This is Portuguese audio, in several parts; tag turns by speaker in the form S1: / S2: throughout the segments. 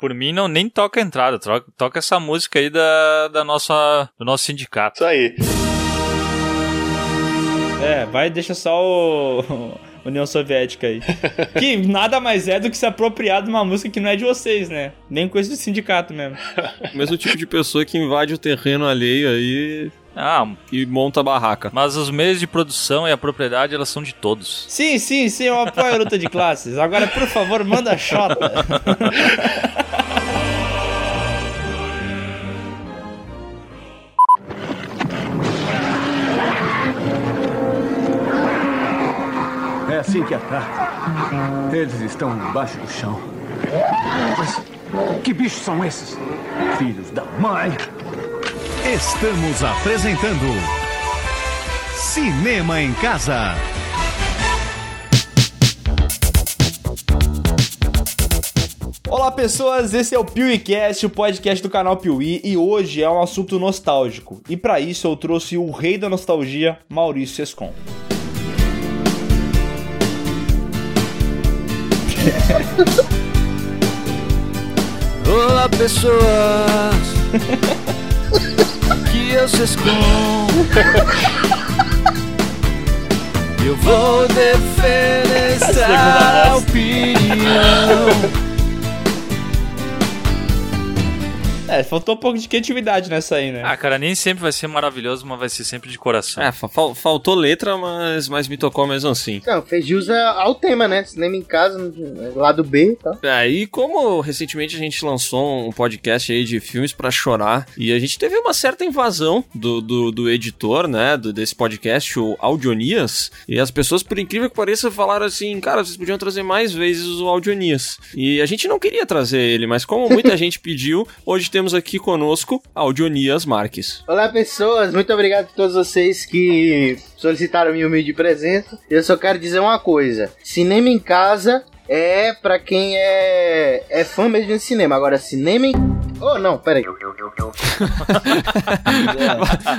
S1: Por mim, não nem toca a entrada, troca, toca essa música aí da, da nossa, do nosso sindicato.
S2: Isso aí.
S3: É, vai, deixa só o. União Soviética aí. que nada mais é do que se apropriar de uma música que não é de vocês, né? Nem coisa de sindicato mesmo.
S4: O mesmo tipo de pessoa que invade o terreno alheio aí
S1: Ah,
S4: e monta a barraca.
S1: mas os meios de produção e a propriedade, elas são de todos.
S3: Sim, sim, sim, eu apoio a luta de classes. Agora, por favor, manda a chota.
S5: É assim que atacam. Eles estão embaixo do chão. Mas que bichos são esses? Filhos da mãe!
S6: Estamos apresentando Cinema em Casa.
S3: Olá, pessoas, esse é o PeeWeeCast, o podcast do canal Piuí, e hoje é um assunto nostálgico. E pra isso eu trouxe o rei da nostalgia, Maurício Sescon.
S1: Olá, pessoas! que eu se Eu vou defender
S3: essa
S1: opinião.
S3: É, faltou um pouco de criatividade nessa aí, né?
S1: Ah, cara, nem sempre vai ser maravilhoso, mas vai ser sempre de coração.
S4: É, fa- fal- faltou letra, mas, mas me tocou mesmo assim.
S7: Não, fez jus a- ao tema, né? Cinema em casa, no- lado B tá? e tal.
S4: É, e como recentemente a gente lançou um podcast aí de filmes pra chorar, e a gente teve uma certa invasão do, do, do editor, né, do- desse podcast, o Audionias, e as pessoas, por incrível que pareça, falaram assim, cara, vocês podiam trazer mais vezes o Audionias. E a gente não queria trazer ele, mas como muita gente pediu, hoje temos aqui conosco Audionias Marques.
S7: Olá, pessoas. Muito obrigado a todos vocês que solicitaram minha humilde presença. Eu só quero dizer uma coisa. Cinema em casa é pra quem é, é fã mesmo de cinema. Agora, cinema em... Oh, não, peraí.
S3: É,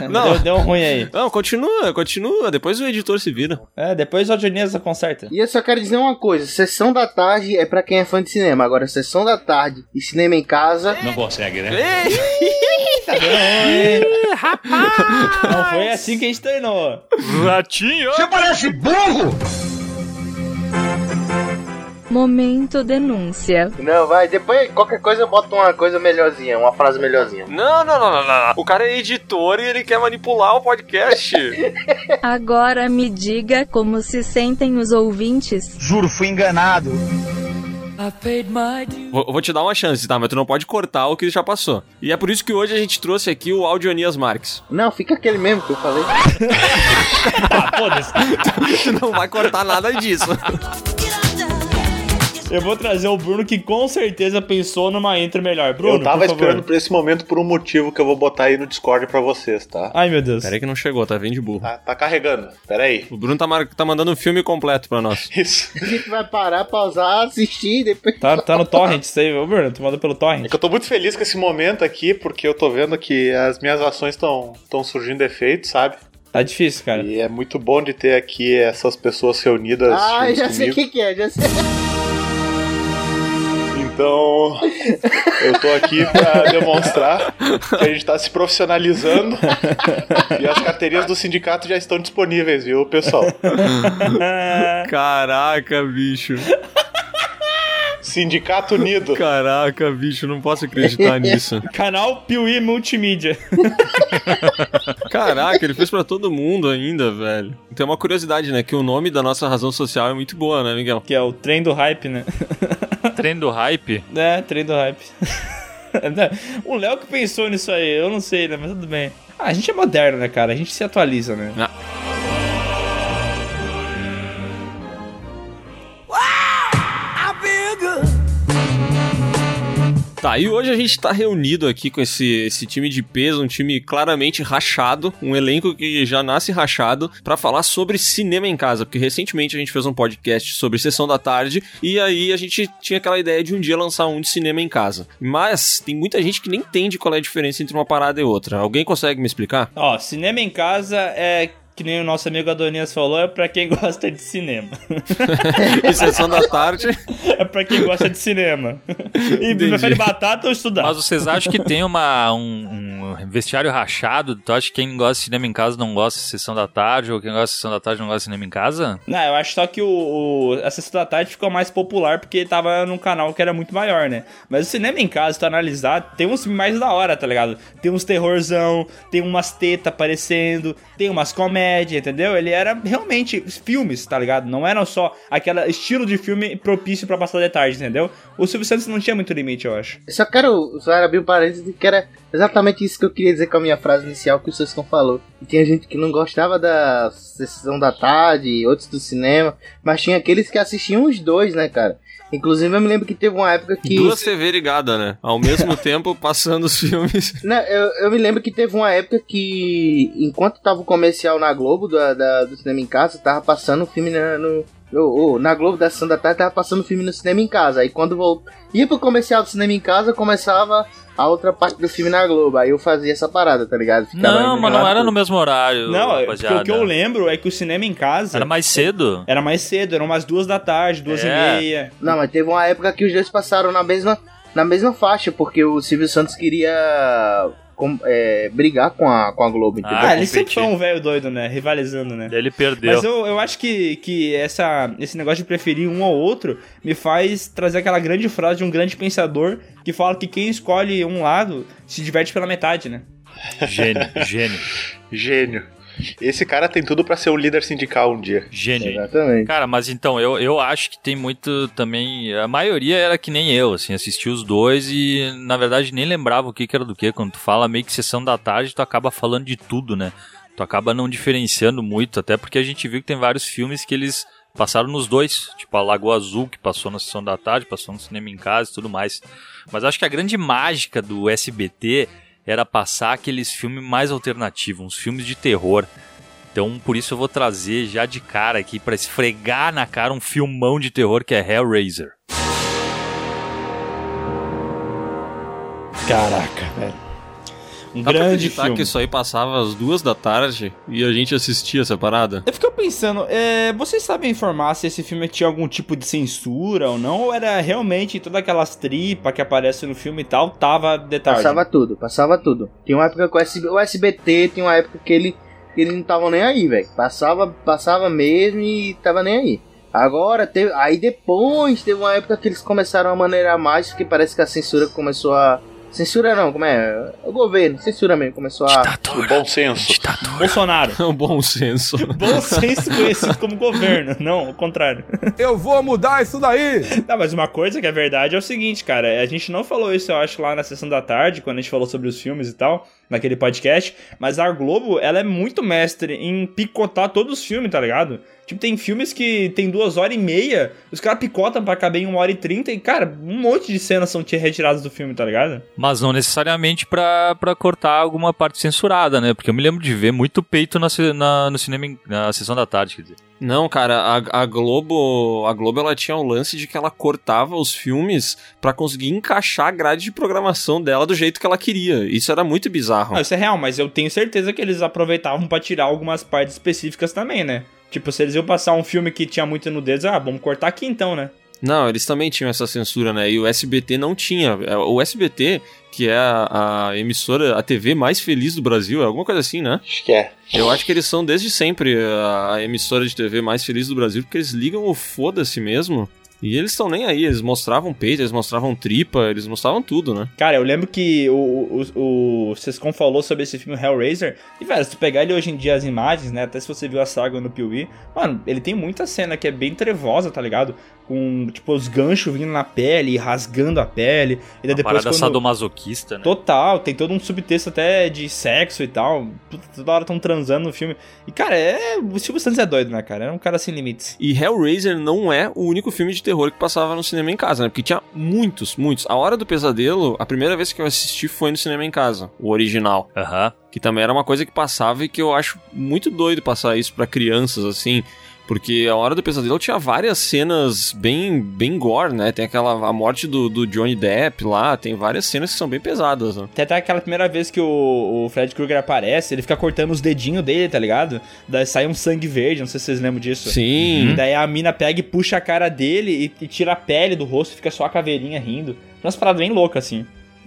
S4: Não.
S3: Deu, deu um ruim aí.
S4: Não, continua, continua, depois o editor se vira.
S3: É, depois o Adionesa conserta.
S7: E eu só quero dizer uma coisa. Sessão da tarde é pra quem é fã de cinema. Agora, sessão da tarde e cinema em casa...
S2: Não consegue, né?
S3: Tá dando ruim, Rapaz! Não foi assim que a gente treinou.
S1: Ratinho!
S8: Momento denúncia.
S7: Não, vai. Depois, qualquer coisa, bota uma coisa melhorzinha. Uma frase melhorzinha.
S4: Não, não, não, não, não. O cara é editor e ele quer manipular o podcast.
S8: Agora me diga como se sentem os ouvintes.
S5: Juro, fui enganado.
S4: Vou, vou te dar uma chance, tá? Mas tu não pode cortar o que já passou. E é por isso que hoje a gente trouxe aqui o Audionias Marques.
S7: Não, fica aquele mesmo que eu falei.
S4: Tu não vai cortar nada disso.
S3: Eu vou trazer o Bruno que com certeza pensou numa intro melhor. Bruno,
S2: eu tava
S3: por favor.
S2: esperando por esse momento por um motivo que eu vou botar aí no Discord pra vocês, tá?
S3: Ai, meu Deus.
S4: Pera aí que não chegou, tá vindo de burro.
S2: Tá, tá carregando. Pera aí.
S4: O Bruno tá, mar- tá mandando um filme completo pra nós.
S2: Isso.
S7: A gente vai parar, pausar, assistir e depois...
S3: Tá, tá no torrent isso aí, ô Bruno, tu manda pelo
S2: É
S3: torrent.
S2: que eu tô muito feliz com esse momento aqui, porque eu tô vendo que as minhas ações estão surgindo efeito, sabe?
S3: Tá difícil, cara.
S2: E é muito bom de ter aqui essas pessoas reunidas
S7: Ah,
S2: juntos
S7: já sei o
S2: comigo.
S7: que, que é, já sei.
S2: Então, eu tô aqui pra demonstrar que a gente tá se profissionalizando e as carteirinhas do sindicato já estão disponíveis, viu, pessoal?
S4: Caraca, bicho.
S2: Sindicato Unido.
S4: Caraca, bicho, não posso acreditar nisso.
S3: Canal Piuí Multimídia.
S4: Caraca, ele fez pra todo mundo ainda, velho. Tem uma curiosidade, né? Que o nome da nossa razão social é muito boa, né, Miguel?
S3: Que é o trem do hype, né?
S1: Trem do hype?
S3: É, trem do hype. o Léo que pensou nisso aí, eu não sei, né? Mas tudo bem. Ah, a gente é moderno, né, cara? A gente se atualiza, né?
S4: Tá, e hoje a gente tá reunido aqui com esse, esse time de peso, um time claramente rachado, um elenco que já nasce rachado, pra falar sobre cinema em casa, porque recentemente a gente fez um podcast sobre Sessão da Tarde, e aí a gente tinha aquela ideia de um dia lançar um de cinema em casa. Mas tem muita gente que nem entende qual é a diferença entre uma parada e outra. Alguém consegue me explicar?
S3: Ó, cinema em casa é que nem o nosso amigo Adonias falou, é pra quem gosta de cinema.
S4: E sessão da tarde.
S3: É pra quem gosta de cinema. E
S4: Entendi.
S3: prefere batata ou estudar?
S1: Mas vocês acham que tem uma, um, um vestiário rachado? Tu acha que quem gosta de cinema em casa não gosta de sessão da tarde? Ou quem gosta de sessão da tarde não gosta de cinema em casa?
S3: Não, eu acho só que o, o a Sessão da Tarde ficou mais popular porque tava num canal que era muito maior, né? Mas o cinema em casa, se tu analisar, tem uns filmes mais da hora, tá ligado? Tem uns terrorzão, tem umas tetas aparecendo, tem umas comédias, entendeu? Ele era realmente filmes, tá ligado? Não eram só aquele estilo de filme propício pra passar de tarde, entendeu? O Silvio Santos não tinha muito limite, eu acho.
S7: Eu só quero só abrir um parênteses que era exatamente isso que eu queria dizer com a minha frase inicial que o Sescon falou. E tinha gente que não gostava da sessão da tarde, outros do cinema, mas tinha aqueles que assistiam os dois, né, cara? Inclusive eu me lembro que teve uma época que.
S4: Duas TV ligadas, né? Ao mesmo tempo passando os filmes.
S7: Não, eu, eu me lembro que teve uma época que, enquanto tava o comercial na Globo da, da- do cinema em casa, tava passando o filme na, no. ô, ô, na Globo da Sessão da Tarde tava passando o filme no cinema em casa. Aí quando vol- ia pro comercial do cinema em casa, começava a outra parte do filme na Globo. Aí eu fazia essa parada, tá ligado? Ficava
S1: não,
S7: indo
S1: mas não
S7: lá,
S1: era
S7: tudo.
S1: no mesmo horário,
S3: não, é, porque
S1: rapaziada.
S3: o que eu lembro é que o cinema em casa
S1: Era mais cedo.
S3: era mais cedo, eram umas duas da tarde, duas
S1: É.
S3: e meia.
S7: Não, mas teve uma época que os dois passaram na mesma, na mesma faixa, porque o Silvio Santos queria com- é, brigar com a, com a Globo, entendeu?
S1: Ah,
S3: Ah, ele sempre
S1: competir.
S3: foi um velho doido, né? Rivalizando, né?
S1: Ele perdeu.
S3: Mas eu, eu acho que, que essa, esse negócio de preferir um ao outro me faz trazer aquela grande frase de um grande pensador que fala que quem escolhe um lado se diverte pela metade, né?
S1: Gênio, gênio,
S2: Gênio. Esse cara tem tudo pra ser um líder sindical um dia.
S1: gênio.
S7: Exatamente.
S1: Cara, mas então, eu, eu acho que tem muito também. A maioria era que nem eu, assim, assisti os dois e, na verdade, nem lembrava o que, que era do que. Quando tu fala meio que sessão da tarde, tu acaba falando de tudo, né? Tu acaba não diferenciando muito, até porque a gente viu que tem vários filmes que eles passaram nos dois. Tipo, a Lagoa Azul, que passou na sessão da tarde, passou no cinema em casa e tudo mais. Mas acho que a grande mágica do SBT era passar aqueles filmes mais alternativos, uns filmes de terror. Então, por isso eu vou trazer já de cara aqui pra esfregar na cara um filmão de terror que é Hellraiser.
S3: Caraca, velho. Um
S4: Dá pra
S3: grande
S4: acreditar
S3: filme.
S4: que isso aí passava às duas da tarde e a gente assistia essa parada?
S3: Eu fico pensando, é, vocês sabem informar se esse filme tinha algum tipo de censura ou não? Ou era realmente todas aquelas tripas que aparecem no filme e tal, tava de tarde?
S7: Passava tudo, passava tudo. Tem uma época que o, SB, o SBT, tem uma época que ele, que ele não tava nem aí, velho. Passava, passava mesmo e tava nem aí. Agora, teve, aí depois teve uma época que eles começaram a maneirar mais, porque parece que a censura começou a. Censura não, como é? O governo, censura mesmo, começou
S3: Ah,
S7: a.
S2: O bom senso.
S3: Bolsonaro.
S4: É um bom senso.
S3: Bom senso conhecido como governo. Não, o contrário.
S9: Eu vou mudar isso daí!
S3: Não, mas uma coisa que é verdade é o seguinte, cara. A gente não falou isso, eu acho, lá na sessão da tarde, quando a gente falou sobre os filmes e tal, naquele podcast. Mas a Globo, ela é muito mestre em picotar todos os filmes, tá ligado? Tipo, tem filmes que tem duas horas e meia, os caras picotam pra caber em uma hora e trinta, e, cara, um monte de cenas são te- retiradas do filme, tá ligado?
S1: Mas não necessariamente pra, pra cortar alguma parte censurada, né? Porque eu me lembro de ver muito peito na, ce- na- no cinema, em- na sessão da tarde, quer dizer.
S4: Não, cara, a, a Globo, a Globo ela tinha um lance de que ela cortava os filmes pra conseguir encaixar a grade de programação dela do jeito que ela queria. Isso era muito bizarro.
S3: Não, isso é real, mas eu tenho certeza que eles aproveitavam pra tirar algumas partes específicas também, né? Tipo, se eles iam passar um filme que tinha muito nudez, ah, vamos cortar aqui então, né?
S4: Não, eles também tinham essa censura, né? E o SBT não tinha. É, O SBT, que é a, a emissora, a TV mais feliz do Brasil, é alguma coisa assim, né?
S2: Acho que é.
S4: Eu acho que eles são desde sempre a, a emissora de TV mais feliz do Brasil, porque eles ligam o foda-se mesmo. E eles estão nem aí, eles mostravam peito, eles mostravam tripa, eles mostravam tudo, né?
S3: Cara, eu lembro que o, o, o Sescon falou sobre esse filme Hellraiser. E, velho, se tu pegar ele hoje em dia as imagens, né? Até se você viu a saga no Piuí, mano, ele tem muita cena que é bem trevosa, tá ligado? Com, tipo, os ganchos vindo na pele, rasgando a pele. E daí
S1: A
S3: depois
S1: parada
S3: quando...
S1: sadomasoquista, né?
S3: Total, tem todo um subtexto até de sexo e tal. Puta, Toda hora tão transando no filme. E, cara, é. O Silvio Santos é doido, né, cara? É um cara sem limites.
S4: E Hellraiser não é o único filme de terror que passava no cinema em casa, né? Porque tinha muitos, muitos. A Hora do Pesadelo, a primeira vez que eu assisti foi no cinema em casa, o original.
S1: Aham.
S4: Que também era uma coisa que passava e que eu acho muito doido passar isso pra crianças, assim. Porque a Hora do Pesadelo tinha várias cenas bem, bem gore, né? Tem aquela a morte do, do Johnny Depp lá, tem várias cenas que são bem pesadas, né?
S3: Até, até aquela primeira vez que o, o Fred Krueger aparece, ele fica cortando os dedinhos dele, tá ligado? Daí sai um sangue verde, não sei se vocês lembram disso.
S4: Sim.
S3: E daí a mina pega e puxa a cara dele e, e tira a pele do rosto, fica só a caveirinha rindo. Umas paradas bem loucas, assim.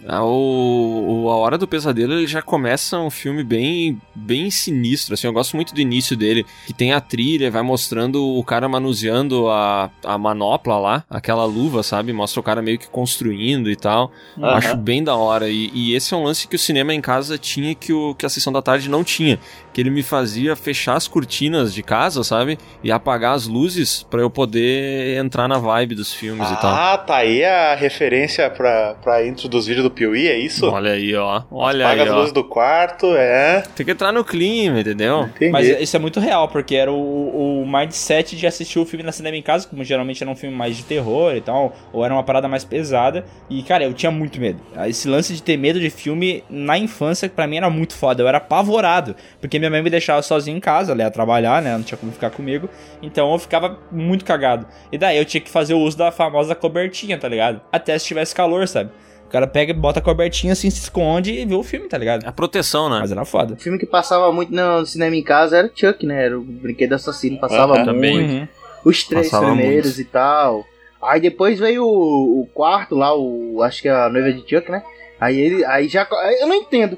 S4: A, Ah, o, o- a Hora do Pesadelo ele já começa um filme bem, bem sinistro, assim, eu gosto muito do início dele, que tem a trilha, vai mostrando o cara manuseando a, a manopla lá, aquela luva, sabe? Mostra o cara meio que construindo e tal.
S3: Aham.
S4: Uhum. Acho bem da hora. E, e esse é um lance que o cinema em casa tinha que, o, que a sessão da tarde não tinha. Que ele me fazia fechar as cortinas de casa, sabe? E apagar as luzes pra eu poder entrar na vibe dos filmes e tal.
S2: Ah, tá aí a referência pra, pra intro dos vídeos do Piuí, é isso?
S4: Olha aí, ó. Olha
S2: Paga
S4: aí,
S2: as
S4: ó.
S2: luzes do quarto, é.
S4: Tem que entrar no clima, entendeu?
S7: Entendi.
S3: Mas isso é muito real, porque era o, o mindset de assistir o filme na cinema em casa, como geralmente era um filme mais de terror e tal, ou era uma parada mais pesada. E, cara, eu tinha muito medo. Esse lance de ter medo de filme na infância, que pra mim era muito foda. Eu era apavorado, porque minha mãe me deixava sozinho em casa, ela ia trabalhar, né? Não tinha como ficar comigo. Então eu ficava muito cagado. E daí eu tinha que fazer o uso da famosa cobertinha, tá ligado? Até se tivesse calor, sabe? O cara pega, bota a cobertinha assim, se esconde e vê o filme, tá ligado?
S4: A proteção, né?
S3: Mas era foda.
S7: O filme que passava muito no cinema em casa era Chuck, né? Era o brinquedo assassino, passava
S2: Aham,
S7: muito.
S1: também.
S3: Uhum.
S7: Os três
S4: Passava
S7: primeiros e tal. Aí depois veio o, o quarto lá, o acho que é a noiva de Chuck, né? Aí ele, aí já aí eu não entendo.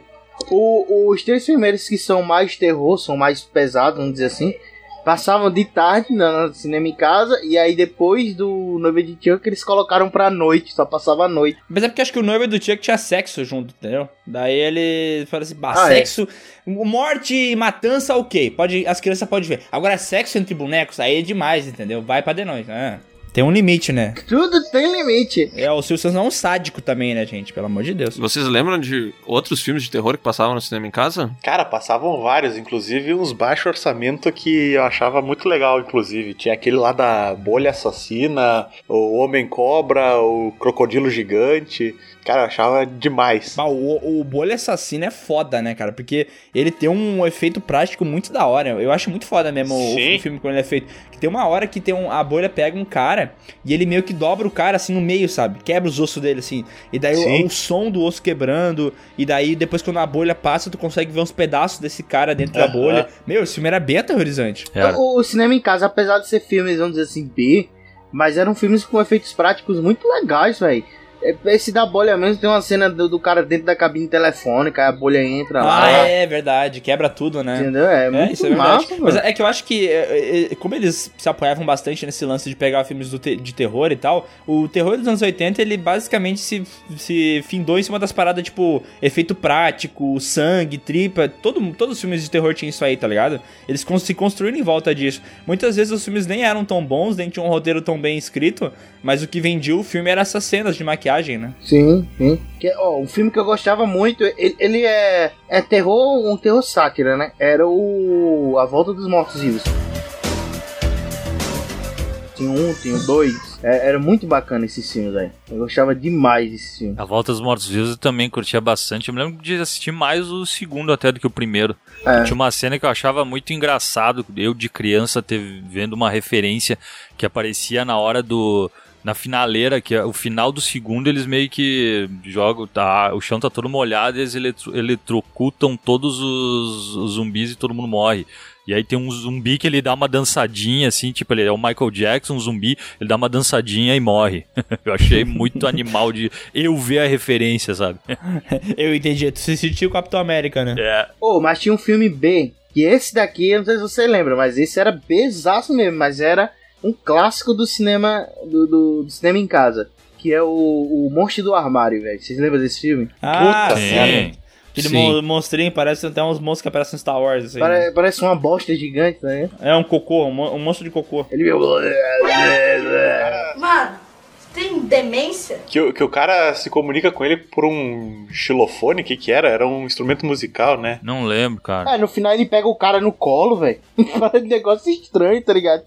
S7: O- os três primeiros que são mais terror, são mais pesados, vamos dizer assim, passavam de tarde na- no cinema em casa e aí depois do noiva de Chuck eles colocaram pra noite, só passava a noite.
S3: Mas é porque acho que o noivo do Chuck tinha sexo junto, entendeu? Daí ele fala assim, bah,
S7: Ah, é.
S3: sexo, morte e matança, ok. Pode, as crianças podem ver. Agora, é sexo entre bonecos, aí é demais, entendeu? Vai pra de noite. né? Tem um limite, né?
S7: Tudo tem limite.
S3: É, o Silvio Santos é um sádico também, né, gente? Pelo amor de Deus.
S4: Vocês lembram de outros filmes de terror que passavam no cinema em casa?
S2: Cara, passavam vários, inclusive uns baixo orçamento que eu achava muito legal, inclusive. Tinha aquele lá da Bolha Assassina, o Homem Cobra, o Crocodilo Gigante. Cara, eu achava demais.
S3: Bah, o, o bolha assassino é foda, né, cara? Porque ele tem um efeito prático muito da hora. Eu acho muito foda mesmo o,
S2: Sim.
S3: o filme quando ele é feito. Que tem uma hora que tem um, a bolha pega um cara e ele meio que dobra o cara assim no meio, sabe? Quebra os ossos dele assim. E daí
S2: Sim.
S3: o, o som do osso quebrando. E daí depois quando a bolha passa, tu consegue ver uns pedaços desse cara dentro da
S2: Aham.
S3: bolha. Meu, esse filme era bem aterrorizante.
S1: Era.
S7: Então, O, o cinema em casa, apesar de ser filmes, vamos dizer assim, B, mas eram filmes com efeitos práticos muito legais, velho. Esse da bolha mesmo tem uma cena do, do cara dentro da cabine telefônica, aí a bolha entra
S3: Ah,
S7: lá.
S3: é verdade. Quebra tudo, né?
S7: Entendeu? É, muito massa,
S3: verdade.
S7: mano.
S3: Mas é que eu acho que, é, é, como eles se apoiavam bastante nesse lance de pegar filmes do te- de terror e tal, o terror dos anos 80, ele basicamente se, se findou em cima das paradas, tipo, efeito prático, sangue, tripa, todo, todos os filmes de terror tinham isso aí, tá ligado? Eles con- se construíram em volta disso. Muitas vezes os filmes nem eram tão bons, nem tinham um roteiro tão bem escrito, mas o que vendia o filme era essas cenas de maquiagem, né?
S7: Sim, sim. Que, ó, um filme que eu gostava muito, ele, ele é, é terror, um terror sátira, né? Era o A Volta dos Mortos Vivos. Tinha um, tinha dois. É, era muito bacana esses filmes, velho. Eu gostava demais desses filmes.
S1: A Volta dos Mortos Vivos eu também curtia bastante. Eu me lembro de assistir mais o segundo até do que o primeiro.
S7: É.
S1: Tinha uma cena que eu achava muito engraçado. Eu, de criança, teve, vendo uma referência que aparecia na hora do. Na finaleira, que é o final do segundo, eles meio que jogam. Tá, o chão tá todo molhado e eles eletro, eletrocutam todos os, os zumbis e todo mundo morre. E aí tem um zumbi que ele dá uma dançadinha, assim, tipo, ele é o Michael Jackson, um zumbi, ele dá uma dançadinha e morre. Eu achei muito animal de eu ver a referência, sabe?
S3: Eu entendi, tu se sentiu Capitão América, né?
S1: É,
S7: Ô, mas tinha um filme B, que esse daqui, eu não sei se você lembra, mas esse era besaço mesmo, mas era um clássico do cinema do, do- do cinema em casa, que é o, o Monstro do Armário, velho. Vocês lembram desse filme?
S1: É.
S3: Ah,
S2: Puta
S3: sim.
S1: sim.
S3: Aquele
S4: Sim.
S3: mo- monstrinho, parece até uns monstros que aparecem em Star Wars, assim.
S7: Pare- parece uma bosta gigante, né?
S3: É um cocô, um, mon- um monstro de cocô.
S7: Ele meio...
S10: Mano, tem demência?
S2: Que, o- que o cara se comunica com ele por um xilofone, o que que era? Era um instrumento musical, né?
S1: Não lembro, cara.
S3: É.
S7: Ah, no final ele pega o cara no colo, velho. Fala de negócio estranho, tá ligado?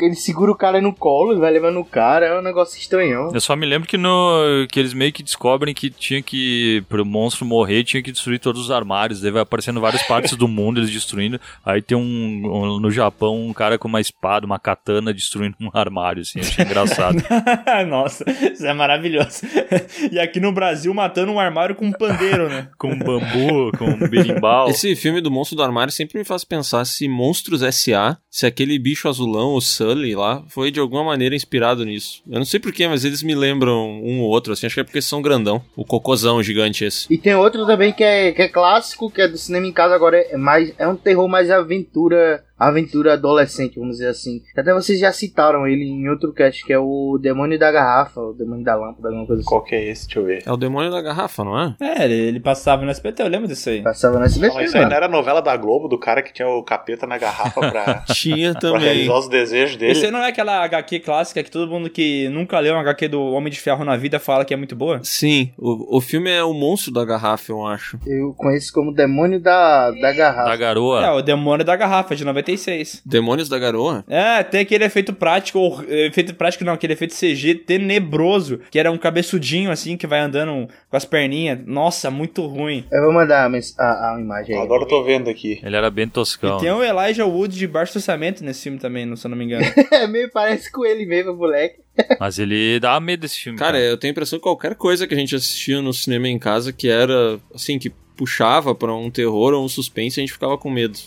S7: Ele segura o cara no colo e vai levando o cara. É um negócio estranhão.
S1: Eu só me lembro que, no, que eles meio que descobrem que tinha que, pro monstro morrer, tinha que destruir todos os armários. Daí vai aparecendo várias partes do mundo, eles destruindo. Aí tem um, um- no Japão, um cara com uma espada, uma katana, destruindo um armário, assim. Achei engraçado.
S3: Nossa, isso é maravilhoso. E aqui no Brasil matando um armário com um pandeiro, né?
S1: com um bambu, com um berimbau.
S4: Esse filme do Monstro do Armário sempre me faz pensar se Monstros S.A., se aquele bicho azulão, o Sully lá, foi de alguma maneira inspirado nisso. Eu não sei porquê, mas eles me lembram um ou outro, assim, acho que é porque são grandão. O cocôzão gigante esse.
S7: E tem outro também que é, que é clássico, que é do cinema em casa agora, é mais é um terror mais aventura, aventura adolescente, vamos dizer assim. Até vocês já citaram ele em outro cast, que é o Demônio da Garrafa, o Demônio da Lâmpada, alguma coisa assim.
S2: Qual que é esse? Deixa eu ver.
S4: É o demônio da garrafa, não é?
S3: É, ele, ele passava no SPT, eu lembro disso aí.
S7: Passava no SBT,
S2: Não, isso é? aí
S7: mano.
S2: não era a novela da Globo, do cara que tinha o capeta na garrafa pra,
S4: Tinha
S2: pra
S4: também.
S2: realizar os desejos
S3: Isso
S2: dele.
S3: aí não é aquela HQ clássica que todo mundo que nunca leu uma HQ do Homem de Ferro na vida fala que é muito boa?
S4: Sim, o, o filme é o monstro da garrafa, eu acho.
S7: Eu conheço como Demônio da, da Garrafa.
S1: Da garoa.
S3: É, o Demônio da Garrafa, de 96.
S4: Demônios da Garoa?
S3: É, tem aquele efeito prático, ou efeito prático não, aquele efeito CG tenebroso, que era um cabeçudinho assim, que vai andando com as perninhas. Nossa, muito ruim.
S7: Eu vou mandar a, mens- a, a imagem aí.
S2: Agora eu tô vendo aqui.
S1: Ele era bem
S4: Então.
S1: toscão.
S3: E tem o Elijah Wood de baixo orçamento nesse filme também, não- se eu não me engano.
S7: É, meio parece com ele mesmo, moleque.
S3: um-
S1: Mas ele dá medo desse filme.
S3: Tá.
S4: Cara, eu tenho a impressão que qualquer coisa que a gente assistia no cinema em casa que era, assim, que puxava pra um terror ou um suspense, a gente ficava com medo.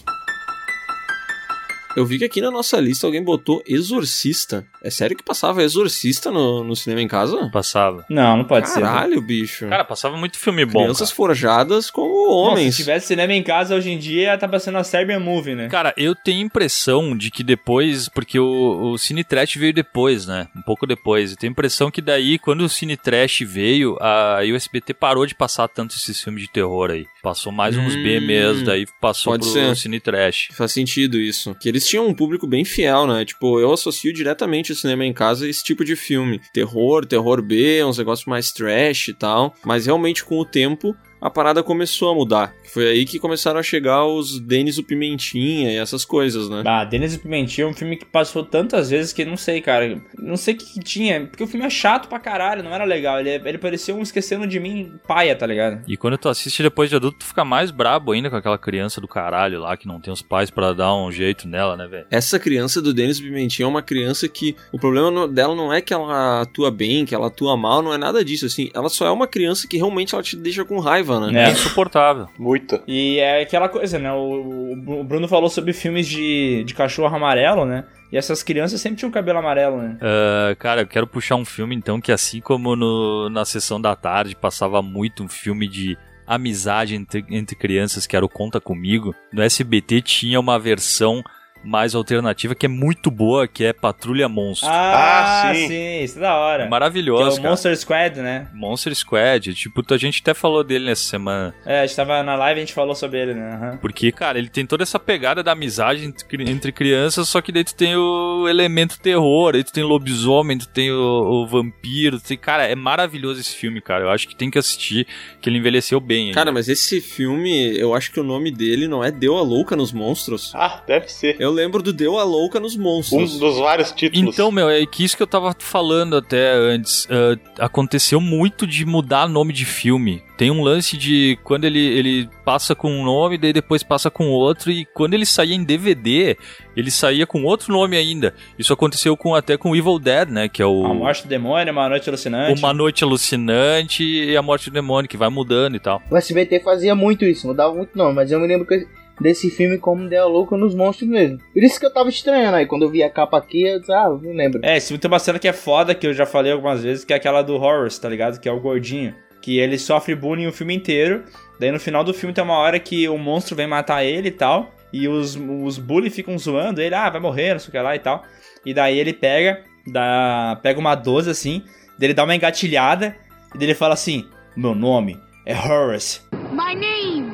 S4: Eu vi que aqui na nossa lista alguém botou Exorcista. É sério que passava Exorcista no, no cinema em casa?
S1: Passava.
S3: Não, não pode ser. né?
S4: Caralho,
S3: é-
S4: bicho.
S1: Cara, passava muito filme bom.
S4: Crianças forjadas como
S3: Nossa,
S4: homens.
S3: se tivesse cinema em casa hoje em dia, tá passando a Serbian Movie, né?
S1: É. Cara, eu tenho impressão de que depois, porque o, o Cine Trash veio depois, né? Um pouco depois. Eu tenho impressão que daí, quando o Cine Trash veio, a, aí o SBT parou de passar tanto esses filmes de terror aí. Passou mais uns B
S4: Hum,
S1: mesmo, daí passou
S4: pode
S1: pro
S4: ser.
S1: Cine Trash.
S4: Faz sentido isso. Que eles tinham um público bem fiel, né? Tipo, eu associo diretamente o cinema em casa a esse tipo de filme. Terror, terror B, uns negócios mais trash e tal. Mas realmente com o tempo. A parada começou a mudar. Foi aí que começaram a chegar os Denis o Pimentinha e essas coisas, né?
S3: Ah, Denis e Pimentinha é um filme que passou tantas vezes que não sei, cara. Não sei o que, que tinha. Porque o filme é chato pra caralho, não era legal. Ele, ele parecia um esquecendo de mim paia, tá ligado?
S1: E quando tu assiste depois de adulto, tu fica mais brabo ainda com aquela criança do caralho lá, que não tem os pais pra dar um jeito nela, né, velho?
S4: Essa criança do Denis Pimentinha é uma criança que o problema no- dela não é que ela atua bem, que ela atua mal, não é nada disso, assim. Ela só é uma criança que realmente ela te deixa com raiva, né?
S1: É insuportável.
S2: Muito.
S3: E é aquela coisa, né? O, o Bruno falou sobre filmes de, de cachorro amarelo, né? E essas crianças sempre tinham cabelo amarelo, né?
S1: Ah, Cara, eu quero puxar um filme então que assim como no- na sessão da tarde passava muito um filme de amizade entre, entre crianças, que era o Conta Comigo, no SBT tinha uma versão mais alternativa que é muito boa, que é Patrulha Monstro.
S3: Ah,
S2: Ah,
S3: sim.
S2: sim.
S3: isso é da hora. Que é
S1: Maravilhosa,
S3: o
S1: cara.
S3: Monster Squad, né?
S1: Monster Squad, tipo, a gente até falou dele nessa semana.
S3: É, a gente tava na live e a gente falou sobre ele, né? Aham.
S1: Porque, cara, ele tem toda essa pegada da amizade entre, cri- entre crianças, só que daí tu tem o elemento terror, aí tu tem lobisomem, tu tem o, o vampiro, tu tem... Cara, é maravilhoso esse filme, cara. Eu acho que tem que assistir, que ele envelheceu bem. hein?
S4: Cara, mas esse filme, eu acho que o nome dele não é Deu a Louca nos Monstros.
S2: Ah, deve ser.
S4: Eu lembro do Deu a Louca nos
S2: Um
S4: Monstros.
S2: dos vários títulos.
S1: Então, meu, é que isso que eu tava falando até antes. ah, aconteceu muito de mudar nome de filme. Tem um lance de quando ele, ele passa com um nome, daí depois passa com outro, e quando ele saía em DVD, ele saía com outro nome ainda. Isso aconteceu com até com Evil Dead, né? Que é o.
S3: A Morte do Demônio, Uma Noite Alucinante.
S1: Uma Noite Alucinante e A Morte do Demônio, que vai mudando e tal.
S7: O SBT fazia muito isso, mudava muito nome, mas eu me lembro que- desse filme como Deu a Louca nos Monstros mesmo. Por isso que eu tava estranhando aí, quando eu vi a capa aqui, eu disse, ah, eu não lembro.
S3: É, esse filme tem uma cena que é foda, que eu já falei algumas vezes, que é aquela do Horace, tá ligado? Que é o gordinho. Que ele sofre bullying o filme inteiro. Daí no final do filme tem uma hora que o monstro vem matar ele e tal. E os, os bully ficam zoando ele, ah, vai morrer, não sei o que lá e tal. E daí ele pega, dá, pega uma 12 assim, daí ele dá uma engatilhada, e daí ele fala assim: Meu nome é Horace.
S10: My name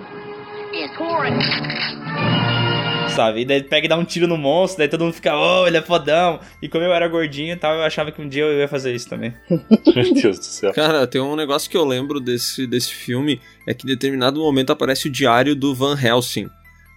S10: is Horace.
S3: sabe? E daí pega e dá um tiro no monstro, daí todo mundo fica, oh, ele é fodão. E como eu era gordinho e tal, eu achava que um dia eu ia fazer isso também.
S2: Meu Deus do céu.
S4: Cara, tem um negócio que eu lembro desse, desse filme, é que em determinado momento aparece o diário do Van Helsing.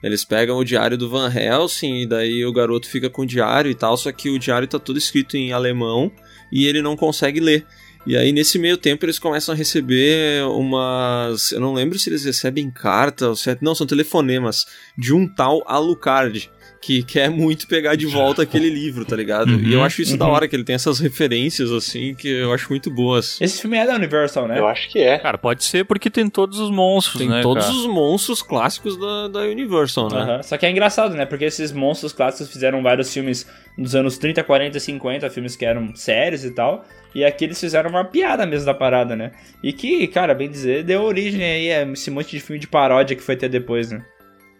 S4: Eles pegam o diário do Van Helsing e daí o garoto fica com o diário e tal, só que o diário tá todo escrito em alemão e ele não consegue ler. E aí, nesse meio tempo, eles começam a receber umas. Eu não lembro se eles recebem carta ou se é- Não, são telefonemas de um tal Alucard. Que quer muito pegar de volta aquele livro, tá ligado? E eu acho isso da hora que ele tem essas referências, assim, que eu acho muito boas.
S3: Esse filme é da Universal, né?
S2: Eu acho que é.
S1: Cara, pode ser porque tem todos os monstros,
S4: Tem
S1: né?
S4: todos
S1: cara?
S4: os monstros clássicos da, da Universal, né?
S3: Aham. Só que é engraçado, né? Porque esses monstros clássicos fizeram vários filmes dos anos 30, 40, 50, filmes que eram sérios e tal. E aqui eles fizeram uma piada mesmo da parada, né? E que, cara, bem dizer, deu origem aí a esse monte de filme de paródia que foi ter depois, né?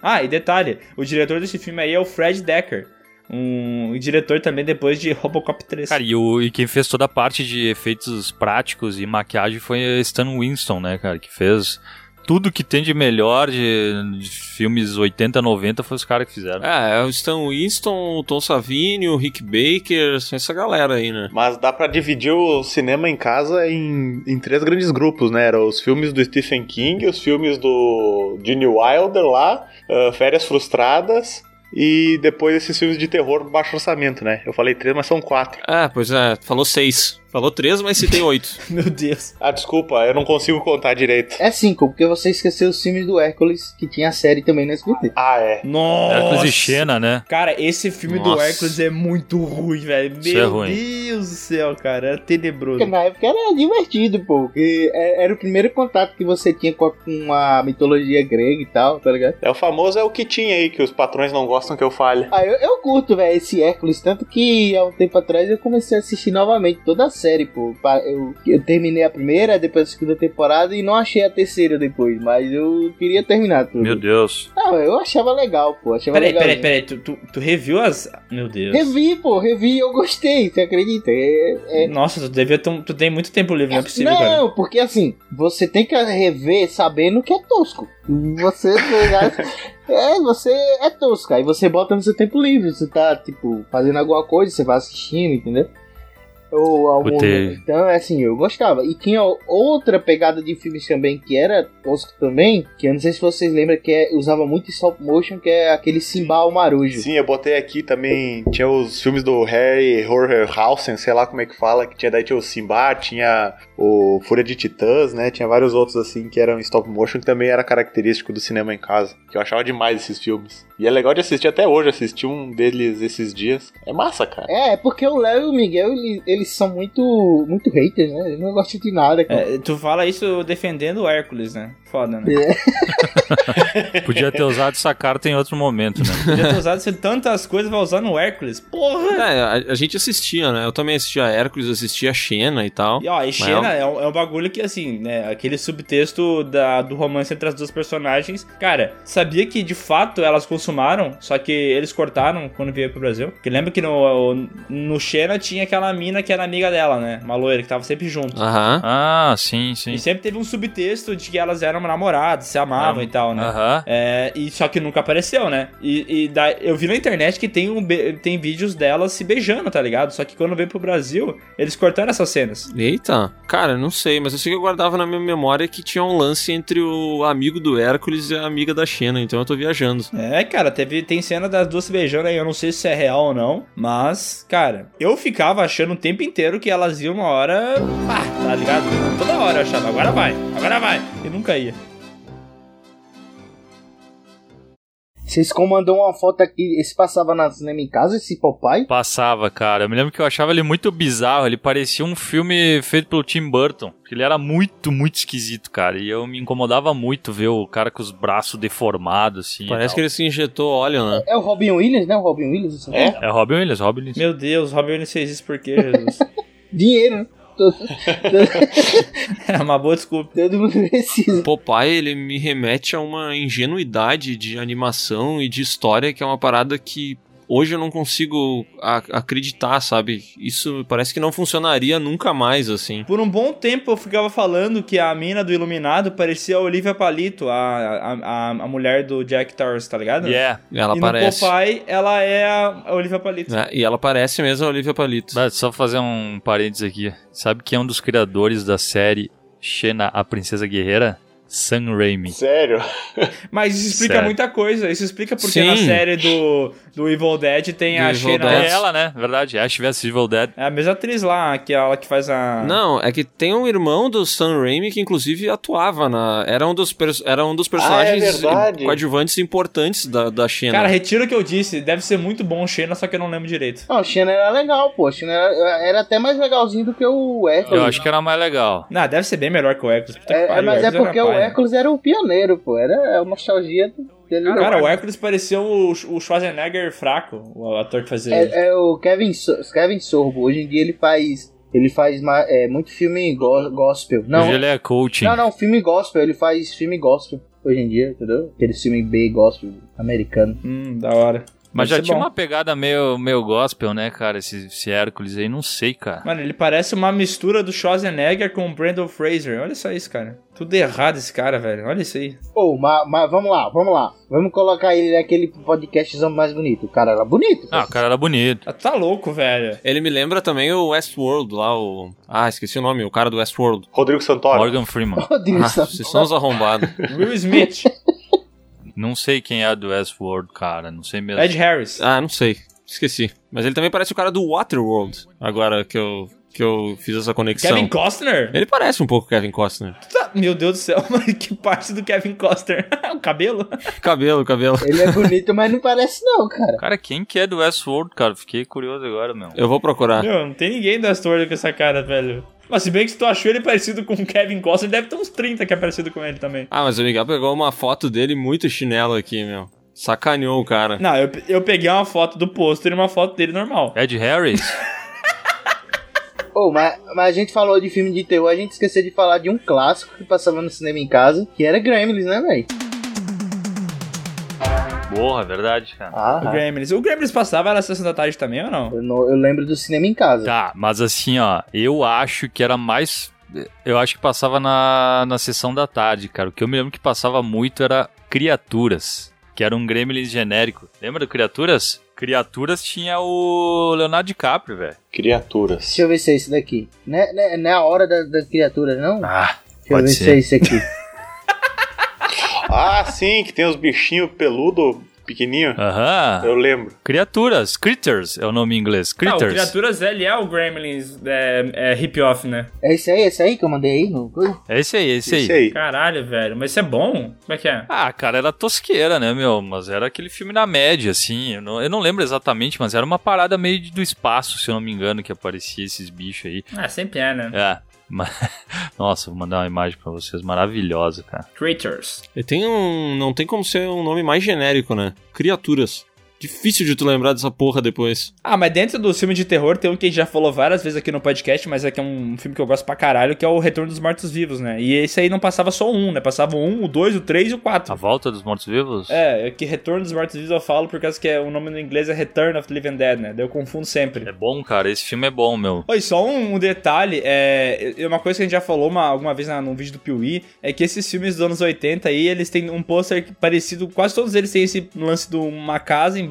S3: Ah, e detalhe, o diretor desse filme aí é o Fred Decker. Um diretor também depois de Robocop 3.
S1: Cara, e, o, e quem fez toda a parte de efeitos práticos e maquiagem foi Stan Winston, né, cara? Que fez tudo que tem de melhor de, de filmes 80, 90 foi os caras que fizeram.
S4: É, é o Stan Winston, o Tom Savini, o Rick Baker, assim, essa galera aí, né?
S2: Mas dá pra dividir o cinema em casa em, em três grandes grupos, né? Era os filmes do Stephen King, os filmes do Gene Wilder lá, ah, Férias Frustradas e depois esses filmes de terror baixo orçamento, né? Eu falei três, mas são quatro.
S4: Ah, pois é, falou seis. Falou três, mas se tem oito.
S3: Meu Deus.
S2: Ah, desculpa, eu não consigo contar direito.
S7: É cinco, porque você esqueceu os filmes do Hércules, que tinha a série também no SBT.
S2: Ah, é.
S1: Hércules e
S3: Nossa!
S1: Xena, né?
S3: Cara, esse filme do
S4: Nossa.
S3: Hércules é muito ruim, velho. Meu
S1: Isso é ruim.
S3: Deus do céu, cara. É tenebroso.
S7: Porque na época era divertido, pô. Porque é- era o primeiro contato que você tinha com a, com a mitologia grega e tal, tá ligado?
S2: É o famoso é o que tinha aí, que os patrões não gostam que eu fale.
S7: Ah, eu, eu curto, velho, esse Hércules. Tanto que há um tempo atrás eu comecei a assistir novamente toda a série, pô. Pa- Eu, eu terminei a primeira, depois a segunda temporada e não achei a terceira depois. Mas eu queria terminar tudo.
S1: Meu Deus.
S7: Não, eu achava legal, pô. Achava
S3: Peraí,
S7: legal.
S3: peraí, peraí, tu, tu, tu reviu as. Meu Deus.
S7: Revi, pô, revi eu gostei, você acredita? É-
S3: Nossa, tu devia. ter- um, Tu tem muito tempo livre, não é possível, cara.
S7: Ah, Não, porque assim, você tem que rever sabendo que é tosco. Você. tá é, você é tosco. Aí você bota no seu tempo livre. Você tá, tipo, fazendo alguma coisa, você vai assistindo, entendeu? Ou algum.
S1: Botei.
S7: Então, é assim, eu gostava. E tinha outra pegada de filmes também que era tosco também, que eu não sei se vocês lembram, que é- usava muito em stop motion, que é aquele Simbal Marujo.
S2: Sim, eu botei aqui também. Tinha os filmes do Harry Horrorhausen, sei lá como é que fala, que tinha daí tinha o Simba, tinha o Fúria de Titãs, né? Tinha vários outros assim que eram em stop motion, que também era característico do cinema em casa. Que eu achava demais esses filmes. E é legal de assistir até hoje, assisti um deles esses dias. É massa, cara.
S7: É, é porque o Léo e o Miguel, ele- eles são muito, muito haters, né? Eles não gostam de nada. cara.
S3: É, tu fala isso defendendo o Hércules, né? Foda, né?
S7: É.
S1: Podia ter usado essa carta em outro momento, né?
S3: Podia ter usado isso em tantas coisas, vai usar no Hércules. Porra!
S4: é, a, a gente assistia, né? Eu também assistia a Hércules, assistia a Xena e tal.
S3: E ó, e Xena é um, é um bagulho que, assim, né? Aquele subtexto da, do romance entre as duas personagens. Cara, sabia que de fato elas consumaram, só que eles cortaram quando veio pro Brasil. Porque lembra que no, no Xena tinha aquela mina que era amiga dela, né? Uma loira que tava sempre junto.
S4: Aham.
S1: Ah, sim, sim.
S3: E sempre teve um subtexto de que elas eram namoradas, se amavam
S1: Ah,
S3: e tal, né?
S1: Aham.
S3: É, e só que nunca apareceu, né? E, e da- eu vi na internet que tem, um be- tem vídeos delas se beijando, tá ligado? Só que quando veio pro Brasil, eles cortaram essas cenas.
S4: Eita. Cara, não sei, mas eu sei que eu guardava na minha memória que tinha um lance entre o amigo do Hércules e a amiga da Xena, então eu tô viajando.
S3: É, cara, teve, tem cena das duas se beijando aí, eu não sei se é real ou não, mas, cara, eu ficava achando o tempo inteiro que elas iam uma hora. Pá, tá ligado? Toda hora eu achava, agora vai, agora vai. E nunca ia.
S7: Vocês comandou uma foto aqui, esse passava na cinema em casa, esse Popeye?
S1: Passava, cara. Eu me lembro que eu achava ele muito bizarro. Ele parecia um filme feito pelo Tim Burton. Ele era muito, muito esquisito, cara. E eu me incomodava muito ver o cara com os braços deformados, assim.
S4: Parece que ele se injetou óleo, né?
S7: É o Robin Williams, né? O Robin Williams. isso
S2: É?
S7: aí.
S1: É Robin Williams, Robin Williams.
S3: Meu Deus, Robin Williams fez isso por quê, Jesus?
S7: Dinheiro, né? Todo,
S3: é uma boa desculpa.
S7: todo mundo precisa.
S4: Popeye, ele me remete a uma ingenuidade de animação e de história que é uma parada que hoje eu não consigo a- acreditar, sabe? Isso parece que não funcionaria nunca mais, assim.
S3: Por um bom tempo eu ficava falando que a mina do Iluminado parecia a Olivia Palito, a, a, a, a mulher do Jack Towers, tá ligado?
S1: Yeah.
S4: Ela
S3: e
S4: parece.
S3: no Popeye, ela é a a Olivia Palito.
S4: né? E ela parece mesmo a Olivia Palito.
S1: Mas Só fazer um parênteses aqui. Sabe quem é um dos criadores da série Xena, a Princesa Guerreira? Sam Raimi.
S2: Sério?
S3: Mas isso explica
S1: Certo.
S3: muita coisa. Isso explica porque
S4: Sim.
S3: na série do, do Evil Dead tem
S4: Do
S3: a
S4: Evil
S3: Xena.
S1: É
S4: Dead.
S1: ela, né? Verdade, Ash vs Evil Dead.
S3: É a mesma atriz lá, que é ela que faz a.
S4: Não, é que tem um irmão do Sam Raimi que inclusive atuava na. Era um dos, perso- era um dos personagens
S2: verdade.
S4: coadjuvantes importantes da, da China.
S3: Cara, retira o que eu disse. Deve ser muito bom o Xena, só que eu não lembro direito.
S7: Não, o Xena era legal, pô. O Xena era, era até mais legalzinho do que o Hércules.
S1: Eu acho que era mais legal.
S3: Não, deve ser bem melhor que o Hércules. Puta que
S7: É,
S3: pariu,
S7: mas é
S3: Hércules era
S7: porque o
S3: pai, né?
S7: Hércules era o pioneiro, pô. Era uma nostalgia dele.
S3: Cara, o Hércules pareceu o, o Schwarzenegger fraco, o ator que fazia ele.
S7: É, é o Kevin, So- Kevin Sorbo. Hoje em dia ele faz. Ele faz ma- é, muito filme go- gospel. Não,
S1: Hoje ele é coaching.
S7: não, não, filme gospel. Ele faz filme gospel hoje em dia, entendeu? Aquele filme B gospel americano.
S3: Hum, da hora.
S1: Mas
S3: Deve
S1: já
S3: ser
S1: tinha
S3: bom.
S1: uma pegada meio, meio gospel, né, cara? Esse, esse Hércules aí, não sei, cara.
S3: Mano, ele parece uma mistura do Schwarzenegger com o Brandon Fraser. Olha só isso, cara. Tudo errado esse cara, velho. Olha isso aí.
S7: Pô, mas, mas vamos lá, vamos lá. Vamos colocar ele naquele podcastzão mais bonito. O cara era bonito. pô.
S1: Ah, o cara era bonito.
S3: Ah, Tá louco, velho.
S4: Ele me lembra também o Westworld lá, o. Ah, esqueci o nome, o cara do Westworld.
S2: Rodrigo Santoro.
S1: Morgan Freeman.
S7: Meu Deus,
S4: Ah,
S7: sabe?
S4: vocês são os arrombados.
S3: Will Smith,
S1: Não sei quem é do Westworld, cara. Não sei mesmo.
S3: Ed Harris.
S4: Ah, não sei. Esqueci. Mas ele também parece o cara do Waterworld. Agora que eu, que eu fiz essa conexão.
S3: Kevin Costner?
S4: Ele parece um pouco o Kevin Costner.
S3: Tá- Meu Deus do céu, mano, que parte do Kevin Costner? É o cabelo?
S4: Cabelo, cabelo.
S7: Ele é bonito, mas não parece não, cara.
S1: Cara, quem que é do Westworld, cara? Fiquei curioso agora, meu.
S4: Eu vou procurar.
S3: Meu, não tem ninguém da história com essa cara, velho. Mas se bem que se tu achou ele parecido com o Kevin Costner, deve ter uns 30 que é parecido com ele também.
S4: Ah, mas o Miguel pegou uma foto dele muito chinelo aqui, meu. Sacaneou o cara.
S3: Não, eu, pe- eu peguei uma foto do pôster e uma foto dele normal.
S1: Ed Harris?
S7: Ô, mas, mas a gente falou de filme de terror, a gente esqueceu de falar de um clássico que passava no cinema em casa, que era Gremlins, né, velho?
S1: Porra, é verdade, cara.
S7: Ah,
S3: O Gremlins. O Gremlins passava na sessão da tarde também ou não?
S7: Eu, não- eu lembro do cinema em casa.
S1: Tá, mas assim, ó, eu acho que era mais. Eu acho que passava na, na sessão da tarde, cara. O que eu me lembro que passava muito era Criaturas, que era um Gremlins genérico. Lembra do Criaturas? Criaturas tinha o Leonardo DiCaprio, velho.
S2: Criaturas.
S7: Deixa eu ver se é esse daqui. Não é, não é- não é a hora da, da criatura, não?
S1: Ah,
S7: Deixa eu ver se é esse aqui.
S2: Ah, sim, que tem os bichinhos peludo pequenininho.
S1: Aham.
S2: Eu lembro.
S1: Criaturas, Critters é o nome em inglês.
S3: Ah, o
S1: Critters.
S3: Criaturas, ele é o Gremlins é, é hip-off, né?
S7: É esse aí, esse aí que eu mandei aí? No... coisa?
S1: É esse aí, é esse aí.
S2: Isso aí.
S3: Caralho, velho. Mas isso é bom? Como é que é?
S1: Ah, cara, era tosqueira, né, meu? Mas era aquele filme na média, assim. Eu não, eu não lembro exatamente, mas era uma parada meio de- do espaço, se eu não me engano, que aparecia esses bichos aí.
S3: Ah, sempre é, né?
S1: É. mas- Nossa, vou mandar uma imagem pra vocês. Maravilhosa, cara.
S3: Creatures.
S4: E tem um. Não tem como ser um nome mais genérico, né? Criaturas. Difícil de tu lembrar dessa porra depois.
S3: Ah, mas dentro do filme de terror tem um que a gente já falou várias vezes aqui no podcast, mas é que é um filme que eu gosto pra caralho, que é o Retorno dos Mortos Vivos, né? E esse aí não passava só um, né? Passava o um, o dois, o três e o
S1: A
S3: quatro.
S1: Volta dos Mortos-Vivos?
S3: É, é que Retorno dos Mortos Vivos eu falo por causa que é, o nome no inglês é Return of the Living Dead, né? Daí eu confundo sempre.
S1: É bom, cara. Esse filme é bom, meu.
S3: Oi, só um, um detalhe, é, é uma coisa que a gente já falou uma, alguma vez na, num vídeo do Piuí, é que esses filmes dos anos 80 aí, eles têm um pôster que- parecido, quase todos eles têm esse lance de uma casa embaixo,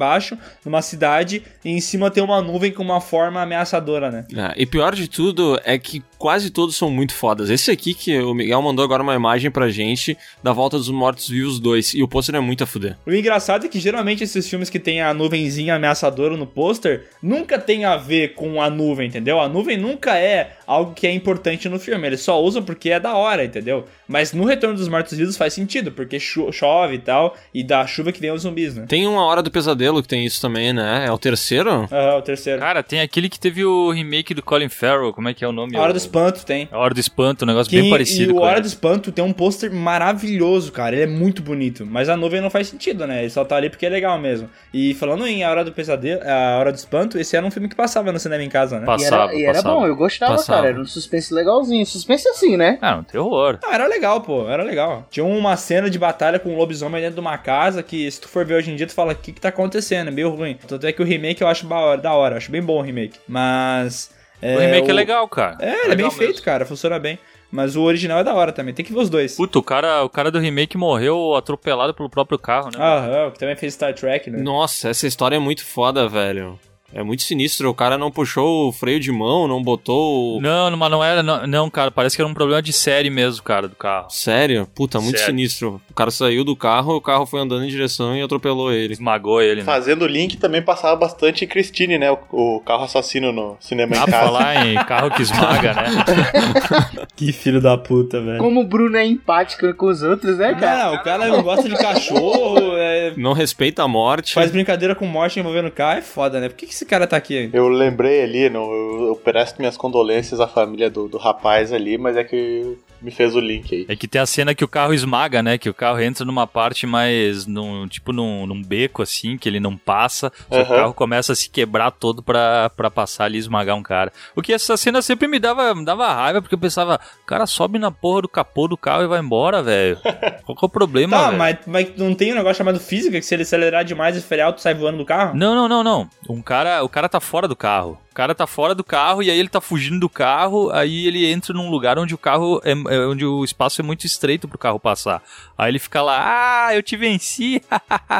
S3: numa cidade, e em cima tem uma nuvem com uma forma ameaçadora, né?
S4: Ah, e pior de tudo é que quase todos são muito fodas. Esse aqui que o Miguel mandou agora uma imagem pra gente da Volta dos Mortos Vivos 2. E o pôster é muito a fuder.
S3: O engraçado é que geralmente esses filmes que tem a nuvenzinha ameaçadora no pôster nunca tem a ver com a nuvem, entendeu? A nuvem nunca é algo que é importante no filme, eles só usam porque é da hora, entendeu? Mas no Retorno dos Mortos Vivos faz sentido, porque cho- chove e tal, e da chuva que vem os zumbis, né?
S4: Tem uma Hora do Pesadelo que tem isso também, né? É o terceiro?
S3: Aham, o terceiro.
S1: Cara, tem aquele que teve o remake do Colin Farrell. Como é que é o nome?
S3: a Hora
S1: O-
S3: do Espanto tem.
S1: A Hora do Espanto, um negócio
S3: Que-
S1: bem parecido.
S3: e o
S1: com
S3: Hora
S1: ele.
S3: do Espanto tem um pôster maravilhoso, cara. Ele é muito bonito. Mas a nuvem não faz sentido, né? Ele só tá ali porque é legal mesmo. E falando em A Hora do Pesadelo, A Hora do Espanto, esse era um filme que passava no cinema em casa, né?
S7: E era,
S1: Passava,
S7: e era
S1: passava.
S7: bom, eu gostava, cara, era um suspense legalzinho. Suspense assim, né?
S1: Ah, um terror.
S3: Não, era legal, pô, era legal. Tinha uma cena de batalha com um lobisomem dentro de uma casa que, se tu for ver hoje em dia, tu fala, o que que tá acontecendo? É meio ruim. Tanto é que o remake eu acho ba- da hora, eu acho bem bom o remake. Mas...
S1: o remake é legal, cara.
S3: É, ele é bem
S1: Legal
S3: feito,
S1: mesmo.
S3: cara, funciona bem. Mas o original é da hora também, tem que ver os dois.
S1: Puta, o cara, o cara do remake morreu atropelado pelo próprio carro, né?
S3: Aham, o que também fez Star Trek, né?
S4: Nossa, essa história é muito foda, velho. É muito sinistro. O cara não puxou o freio de mão, não botou. o-
S1: Não, mas não era. Não, não, cara, parece que era um problema de série mesmo, cara, do carro.
S4: Sério? Puta, muito
S1: Sério.
S4: sinistro. O cara saiu do carro, o carro foi andando em direção e atropelou ele.
S1: Esmagou ele, né?
S2: Fazendo link também passava bastante Christine, né? O, o carro assassino no cinema em
S1: Dá Ah, pra
S2: casa.
S1: falar em carro que esmaga, né?
S3: Que filho da puta, velho.
S7: Como o Bruno é empático com os outros, né, cara?
S3: Não, o cara não gosta de cachorro, é,
S4: Não respeita a morte.
S3: faz brincadeira com morte envolvendo carro, é foda, né? Por que, que esse cara tá aqui?
S2: Eu lembrei ali, no, eu, eu presto minhas condolências à família do, do rapaz ali, mas é que me fez o link aí.
S1: É que tem a cena que o carro esmaga, né? Que o carro entra numa parte mais. Num, tipo num, num beco assim, que ele não passa. só que
S2: Aham.
S1: O carro começa a se quebrar todo pra, pra passar ali e esmagar um cara. O que essa cena sempre me dava, me dava raiva, porque eu pensava, o cara sobe na porra do capô do carro e vai embora, velho. Qual que é o problema,
S3: Tá,
S1: velho?
S3: mas, mas não tem um negócio chamado física que se ele acelerar demais e frear, tu sai voando do carro?
S1: Não, não, não, não. Um cara, o cara tá fora do carro. O cara tá fora do carro e aí ele tá fugindo do carro, aí ele entra num lugar onde o carro é, é- onde o espaço é muito estreito pro carro passar. Aí ele fica lá, ah, eu te venci,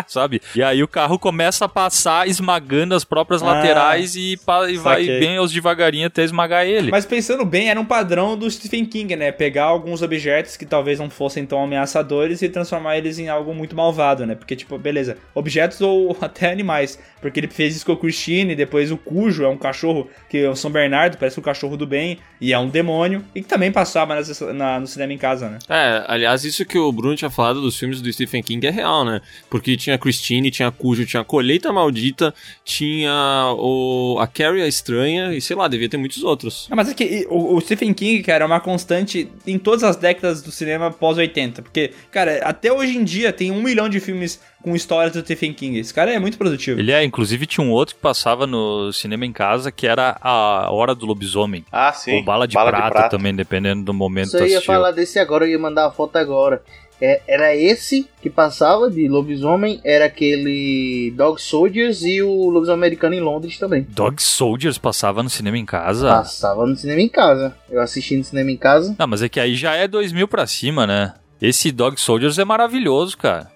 S1: sabe? E aí o carro começa a passar esmagando as próprias
S3: Ah,
S1: laterais e, pa- e vai
S3: saquei.
S1: bem aos devagarinho até esmagar ele.
S3: Mas pensando bem, era um padrão do Stephen King, né? Pegar alguns objetos que talvez não fossem tão ameaçadores e transformar eles em algo muito malvado, né? Porque, tipo, beleza, objetos ou até animais. Porque ele fez isso com o Christine, depois o Cujo é um cachorro que é o São Bernardo, parece o cachorro do bem, e é um demônio, e que também passava nas- na- no cinema em casa, né?
S4: É, aliás, isso que o Bruno tinha falado dos filmes do Stephen King é real, né? Porque tinha Christine, tinha Cujo, tinha Colheita Maldita, tinha o... a Carrie a Estranha e sei lá, devia ter muitos outros.
S3: Ah, mas é que e, o, o Stephen King, cara, é uma constante em todas as décadas do cinema pós-80. Porque, cara, até hoje em dia tem um milhão de filmes com histórias do Stephen King. Esse cara é muito produtivo.
S1: Ele é, inclusive tinha um outro que passava no cinema em casa que era a Hora do Lobisomem.
S2: Ah, sim.
S1: Ou bala de, prata, também, dependendo do momento
S7: Isso
S1: do
S7: eu ia falar desse agora, eu ia mandar a foto agora. É, era esse que passava de lobisomem, era aquele Dog Soldiers e o lobisomem americano em Londres também.
S1: Dog Soldiers passava no cinema em casa?
S3: Ah.
S7: Passava no cinema em casa. Eu assisti no cinema em casa.
S1: Não, mas é que aí já é 2000 pra cima, né? Esse Dog Soldiers é maravilhoso, cara.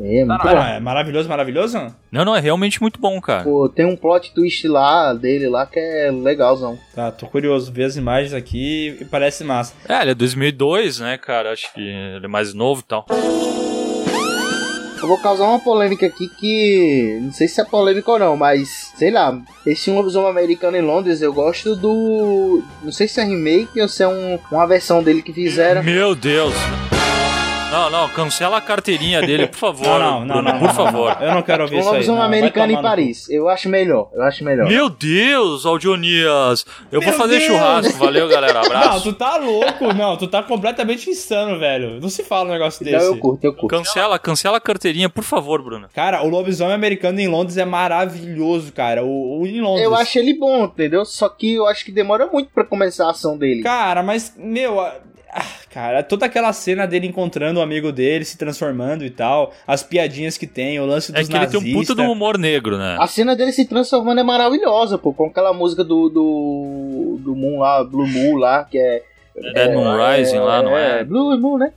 S7: É, muito bom.
S3: Ah, é maravilhoso, maravilhoso?
S1: Não, não, é realmente muito bom, cara.
S7: Pô, tem um plot twist lá dele lá que é legalzão.
S3: Tá, tô curioso. Ver as imagens aqui e parece massa.
S1: É, ele é 2002, né, cara? Acho que ele é mais novo e tal.
S7: Eu vou causar uma polêmica aqui que. Não sei se é polêmica ou não, mas sei lá. Esse um lobisomem americano em Londres, eu gosto do. Não sei se é remake ou se é um- uma versão dele que fizeram.
S1: Meu Deus! Não, não, cancela a carteirinha dele, por favor.
S3: Não, não, não,
S1: Bruno,
S3: não.
S1: por
S3: não,
S1: favor.
S3: não. Eu não quero ouvir
S7: Um
S3: isso aí.
S7: lobisomem
S3: não. Vai
S7: americano em
S3: tomar no cu.
S7: Paris. Eu acho melhor. Eu acho melhor.
S1: Meu Deus, Audionias! Eu vou
S3: Meu
S1: fazer
S3: Deus!
S1: churrasco. Valeu, galera.
S3: Não,
S1: Abraço.
S3: tu tá louco, não. Tu tá completamente insano, velho. Não se fala um negócio
S7: Então
S3: desse.
S7: eu curto, eu curto.
S1: Cancela, cancela a carteirinha, por favor, Bruno.
S3: Cara, o lobisomem americano em Londres é maravilhoso, cara. O, o em Londres.
S7: Eu acho ele bom, entendeu? Só que eu acho que demora muito pra começar a ação dele.
S3: Cara, mas, meu. a- ah, Cara, toda aquela cena dele encontrando o amigo dele, se transformando e tal, as piadinhas que tem, o lance
S1: É
S3: dos
S1: que ele tem um puta
S3: nazistas. Ah,
S1: do humor negro, né?
S7: A cena dele se transformando é maravilhosa, pô. Com aquela música do. do. do Moon lá, Blue Moon lá, que é.
S1: Dead Moon Rising lá, não é?
S7: Blue Moon, né?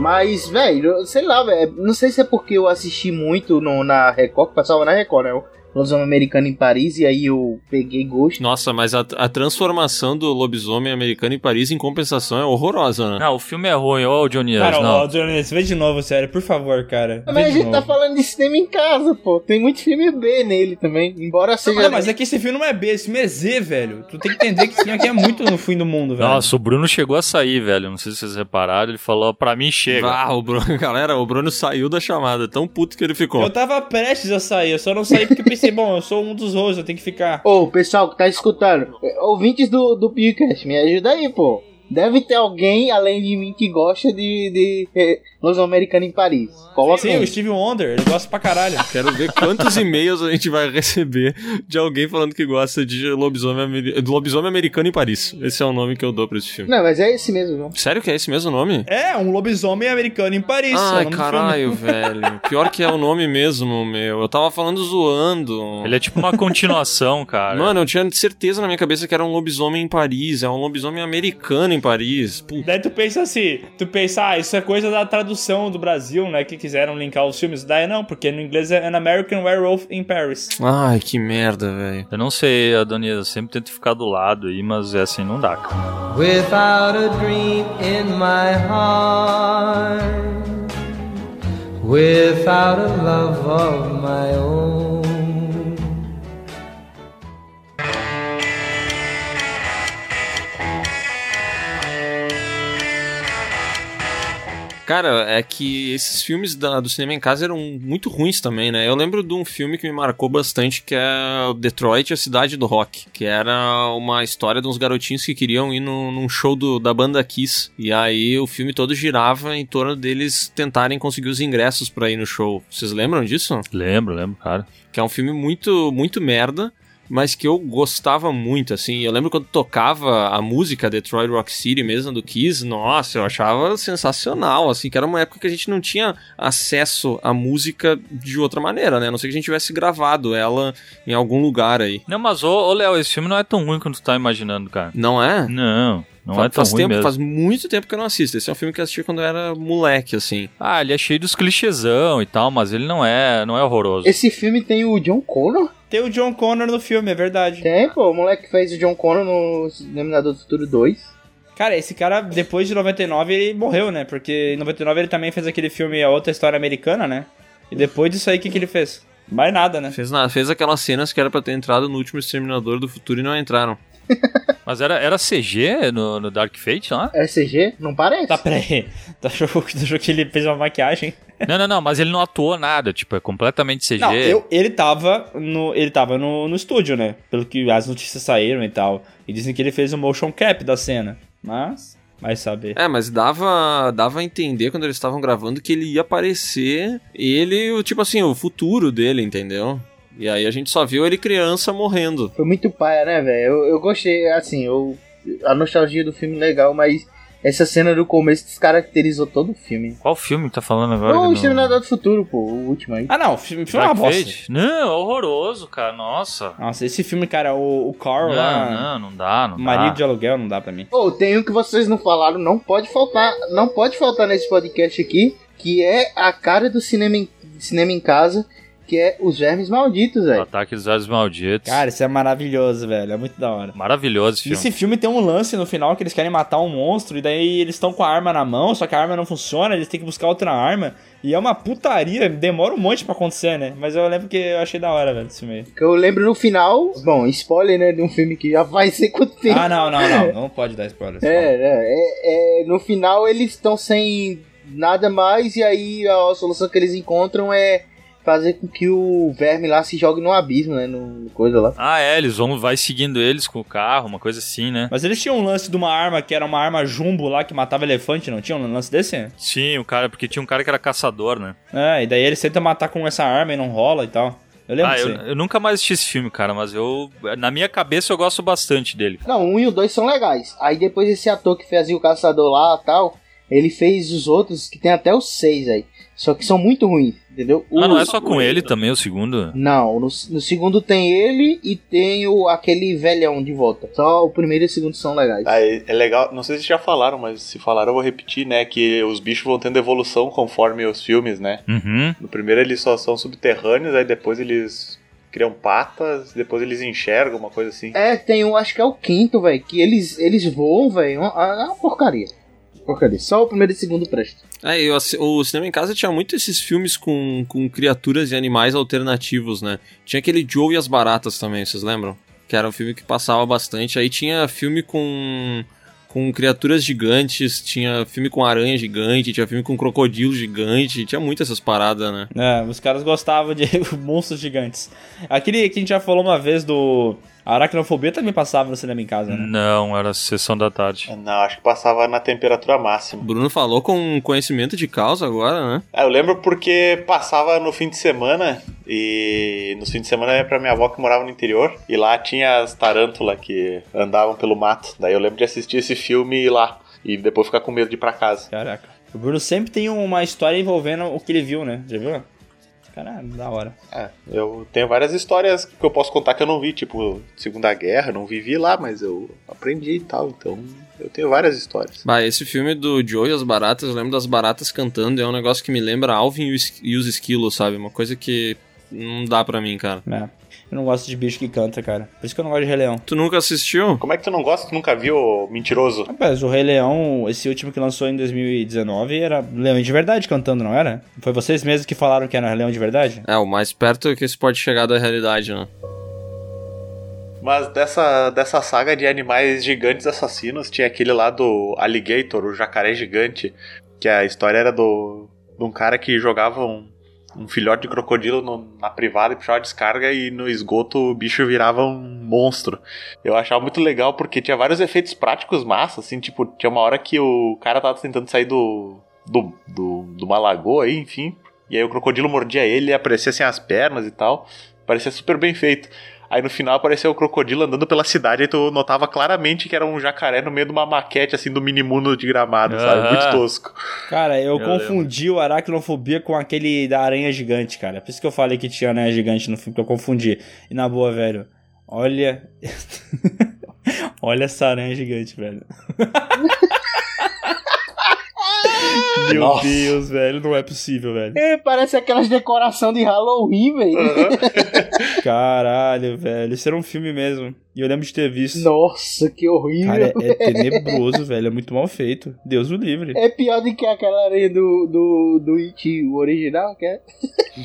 S7: Mas, velho, eu- sei lá, velho. Não sei se é porque eu assisti muito no, na Record, que passava na Record, né? O Lobisomem Americano em Paris, e aí eu peguei gosto.
S4: Nossa, mas a, a transformação do lobisomem americano em Paris, em compensação, é horrorosa, né?
S1: Não, o filme é ruim, ô Audionias,
S3: Cara,
S1: não.
S3: ó, Jonas, vê de novo, sério, por favor, cara. Vê
S7: Mas a
S3: de
S7: gente
S3: novo.
S7: tá falando de cinema em casa, pô. Tem muito filme B nele também. Embora seja.
S3: Não, mas é que esse filme não é B, esse filme é Z, velho. Tu tem que entender que esse filme aqui é muito no fim do mundo, velho.
S1: Nossa, o Bruno chegou a sair, velho. Não sei se vocês repararam. Ele falou, pra mim chega.
S4: Ah, o Bruno, galera, o Bruno saiu da chamada, tão puto que ele ficou.
S3: Eu tava prestes a sair, eu só não saí porque eu pensei, bom, eu sou um dos rosos, eu tenho que ficar.
S7: Ô, pessoal que tá escutando, é, ouvintes do, do podcast, me ajuda aí, pô. Deve ter alguém, além de mim, que gosta de, de eh, Los Americanos em Paris. Coloca
S3: Sim,
S7: aí.
S3: o Steve Wonder, ele gosta pra caralho.
S4: Quero ver quantos e-mails a gente vai receber de alguém falando que gosta de lobisomem, ameri- do lobisomem americano em Paris. Esse é o nome que eu dou pra esse filme.
S7: Não, mas é esse mesmo, não.
S4: Sério que é esse mesmo nome?
S3: É, um lobisomem americano em Paris. é o
S4: Ai,
S3: nome do
S4: caralho, velho. Pior que é o nome mesmo, meu. Eu tava falando zoando.
S1: Ele é tipo uma continuação,
S3: é
S1: cara.
S4: Mano, eu tinha certeza na minha cabeça que era um lobisomem em Paris. É um lobisomem americano em Paris. Puta.
S3: filme. Daí tu pensa assim, tu pensa, ah, isso é coisa da tradução do Brasil, né? Que quiseram linkar os filmes. Daí não, porque no inglês é An American Werewolf in Paris.
S4: Ai, que merda, velho.
S1: Eu não sei, Adonis, eu sempre tento ficar do lado aí, mas é assim, não dá, cara.
S10: Without a dream in my heart, without a love of my own.
S4: Cara, é que esses filmes da- do cinema em casa eram muito ruins também, né? Eu lembro de um filme que me marcou bastante, que é o Detroit, a Cidade do Rock, que era uma história de uns garotinhos que queriam ir no, num show do- da banda Kiss. E aí o filme todo girava em torno deles tentarem conseguir os ingressos pra ir no show. Vocês lembram disso?
S1: Lembro, lembro, cara.
S4: que é um filme muito, muito merda, mas que eu gostava muito, assim. Eu lembro quando tocava a música Detroit Rock City mesmo, do Kiss, nossa, eu achava sensacional, assim, que era uma época que a gente não tinha acesso à música de outra maneira, né? A não ser que a gente tivesse gravado ela em algum lugar aí.
S1: Não, mas, ô, ô Léo, esse filme não é tão ruim quanto tu tá imaginando, cara.
S4: Não é?
S1: Não, não
S4: Fa-
S1: é tão
S4: faz
S1: ruim
S4: tempo,
S1: mesmo.
S4: faz muito tempo que eu não assisto. Esse é um filme que eu assisti quando eu era moleque, assim.
S1: Ah, ele é cheio dos clichêsão e tal, mas ele não é, não é horroroso.
S7: Esse filme tem o John Connor?
S3: Tem o John Connor no filme, é verdade.
S7: Tem, pô. O moleque que fez o John Connor no Exterminador do Futuro 2.
S3: Cara, esse cara, depois de 99, ele morreu, né? Porque em 99 ele também fez aquele filme A Outra História Americana, né? E depois disso aí, o que, que ele fez? Mais nada, né?
S4: Fez, na, fez aquelas cenas que era pra ter entrado no último Exterminador do Futuro e não entraram.
S1: Mas era, era CG no, no Dark Fate lá?
S7: É CG? Não parece?
S3: Tá, peraí. Tu achou, tu achou que ele fez uma maquiagem?
S1: Não, não, não, mas ele não atuou nada, tipo, é completamente CG.
S3: Não, eu, ele tava, no, ele tava no, no estúdio, né? Pelo que as notícias saíram e tal. E dizem que ele fez um motion cap da cena. Mas, vai saber.
S4: É, mas dava, dava a entender quando eles estavam gravando que ele ia aparecer ele, o- tipo assim, o futuro dele, entendeu? E aí a gente só viu ele criança morrendo.
S7: Foi muito paia, né, velho? Eu, eu gostei, assim, eu, a nostalgia do filme é legal, mas essa cena do começo descaracterizou todo o filme.
S1: Qual filme que tá falando agora?
S7: Não, o
S1: que
S3: é
S7: Exterminador do Futuro, pô, o último aí.
S3: Ah, não, o filme, o filme é uma
S1: Dark
S3: bosta.
S1: Fate? Não, é horroroso, cara, nossa.
S3: Nossa, esse filme, cara, o, o Carl
S1: Não,
S3: lá,
S1: não, Ah. não dá, não
S3: marido de
S1: dá.
S3: aluguel, não dá pra mim.
S7: Ou tem um que vocês não falaram, não pode faltar, não pode faltar nesse podcast aqui, que é a cara do cinema em, cinema em casa, que é Os Vermes Malditos,
S1: O
S7: velho.
S1: Ataque dos Olhos Malditos.
S3: Cara, isso é maravilhoso, velho. É muito da hora.
S1: Maravilhoso esse
S3: E
S1: filme.
S3: esse filme tem um lance no final que eles querem matar um monstro e daí eles estão com a arma na mão, só que a arma não funciona, eles têm que buscar outra arma. E é uma putaria, demora um monte pra acontecer, né? Mas eu lembro que eu achei da hora, velho, esse filme aí.
S7: Que eu lembro no final, bom, spoiler, né, de um filme que já faz ser quanto tempo.
S3: Ah, não, não, não, não pode dar spoiler.
S7: É, é, é, é, no final eles estão sem nada mais e aí a solução que eles encontram é fazer com que o verme lá se jogue no abismo, né, no no coisa lá.
S1: Ah, é, eles vão, vai seguindo eles com o carro, uma coisa assim, né?
S3: Mas eles tinham um lance de uma arma que era uma arma jumbo lá que matava elefante, não tinha um lance desse?
S1: Sim, o cara, porque tinha um cara que era caçador, né?
S3: É, e daí eles tentam matar com essa arma e não rola e tal. Eu lembro
S1: Ah,
S3: disso
S1: eu,
S3: aí.
S1: eu nunca mais assisti esse filme, cara, mas eu. Na minha cabeça eu gosto bastante dele.
S7: Não, um e o dois são legais. Aí depois esse ator que fazia o caçador lá tal, ele fez os outros que tem até os seis aí. Só que são muito ruins, entendeu?
S1: Ah, não
S7: Os-
S1: é só com ele também, o segundo?
S7: Não, no, no segundo tem ele e tem o, aquele velhão de volta. Só o primeiro e o segundo são legais.
S2: Ah, é é legal, não sei se já falaram, mas se falaram eu vou repetir, né? Que os bichos vão tendo evolução conforme os filmes, né?
S1: Uhum.
S2: No primeiro eles só são subterrâneos, aí depois eles criam patas, depois eles enxergam, uma coisa assim.
S7: É, tem um, acho que é o quinto, velho, que eles, eles voam, velho. É uma, é uma porcaria. Porcaria. Só o primeiro e o segundo presta.
S4: É, eu assi- o cinema em casa tinha muito esses filmes com, com criaturas e animais alternativos, né? Tinha aquele Joe e as Baratas também, vocês lembram? Que era um filme que passava bastante. Aí tinha filme com com criaturas gigantes, tinha filme com aranha gigante, tinha filme com crocodilo gigante, tinha muito essas paradas, né?
S3: É, os caras gostavam de monstros gigantes. Aquele que a gente já falou uma vez do. A aracnofobia também passava no cinema em casa, né?
S1: Não, era sessão da tarde.
S2: Não, acho que passava na temperatura máxima.
S4: Bruno falou com um conhecimento de causa agora, né?
S2: Ah, eu lembro porque passava no fim de semana e no fim de semana eu ia pra minha avó que morava no interior e lá tinha as tarântulas que andavam pelo mato. Daí eu lembro de assistir esse filme lá e depois ficar com medo de ir pra casa.
S3: Caraca. O Bruno sempre tem uma história envolvendo o que ele viu, né? Já viu? Caralho, da hora.
S2: É, eu tenho várias histórias que eu posso contar que eu não vi, tipo, Segunda Guerra, não vivi lá, mas eu aprendi e tal, então eu tenho várias histórias.
S4: Bah, esse filme do Joe e as baratas, eu lembro das baratas cantando, é um negócio que me lembra Alvin e os- e os esquilos, sabe? Uma coisa que não dá pra mim, cara.
S3: É. Eu não gosto de bicho que canta, cara. Por isso que eu não gosto de Rei Leão.
S4: Tu nunca assistiu?
S2: Como é que tu não gosta? Tu nunca viu ô, Mentiroso?
S3: Rapaz, o Rei Leão, esse último que lançou em 2019, era Leão de Verdade cantando, não era? Foi vocês mesmos que falaram que era Leão de Verdade?
S4: É, o mais perto que se pode chegar da realidade, né?
S2: Mas dessa, dessa saga de animais gigantes assassinos, tinha aquele lá do Alligator, o jacaré gigante, que a história era do, de um cara que jogava um, um filhote de crocodilo no- na privada e puxava a descarga e no esgoto o bicho virava um monstro. Eu achava muito legal porque tinha vários efeitos práticos massa, assim, tipo, tinha uma hora que o cara tava tentando sair do, do, do, de uma lagoa aí, enfim, e aí o crocodilo mordia ele e aparecia assim as pernas e tal, parecia super bem feito. Aí no final apareceu o crocodilo andando pela cidade, aí tu notava claramente que era um jacaré no meio de uma maquete assim do minimundo de gramado, sabe?
S1: Aham.
S2: Muito tosco.
S3: Cara, eu,
S1: Eu
S3: confundi o aracnofobia com aquele da aranha gigante, cara. Por isso que eu falei que tinha aranha gigante no filme, que eu confundi. E na boa, velho, olha... olha essa aranha gigante, velho. Meu
S2: Nossa.
S3: Deus, velho, não é possível, velho.
S7: É, Parece aquelas decorações de Halloween, velho.
S3: Caralho, velho. Isso era um filme mesmo. E eu lembro de ter visto.
S7: Nossa, que horrível.
S3: Cara, é, é tenebroso, velho. É muito mal feito. Deus o livre.
S7: É pior do que aquela areia do, do, do It, o original, que é?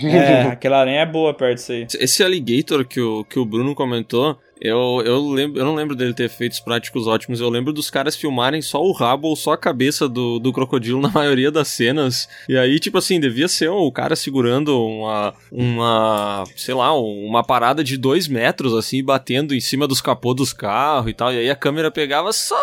S3: É, aquela aranha é boa perto disso aí.
S4: Esse alligator que o, que o Bruno comentou, eu, eu, lembro, eu não lembro dele ter efeitos práticos ótimos. Eu lembro dos caras filmarem só o rabo ou só a cabeça do, do crocodilo na maioria das cenas. E aí, tipo assim, devia ser o cara segurando uma, uma sei lá, uma parada de dois metros, assim, batendo em cima dos capôs dos carros e tal. E aí a câmera pegava só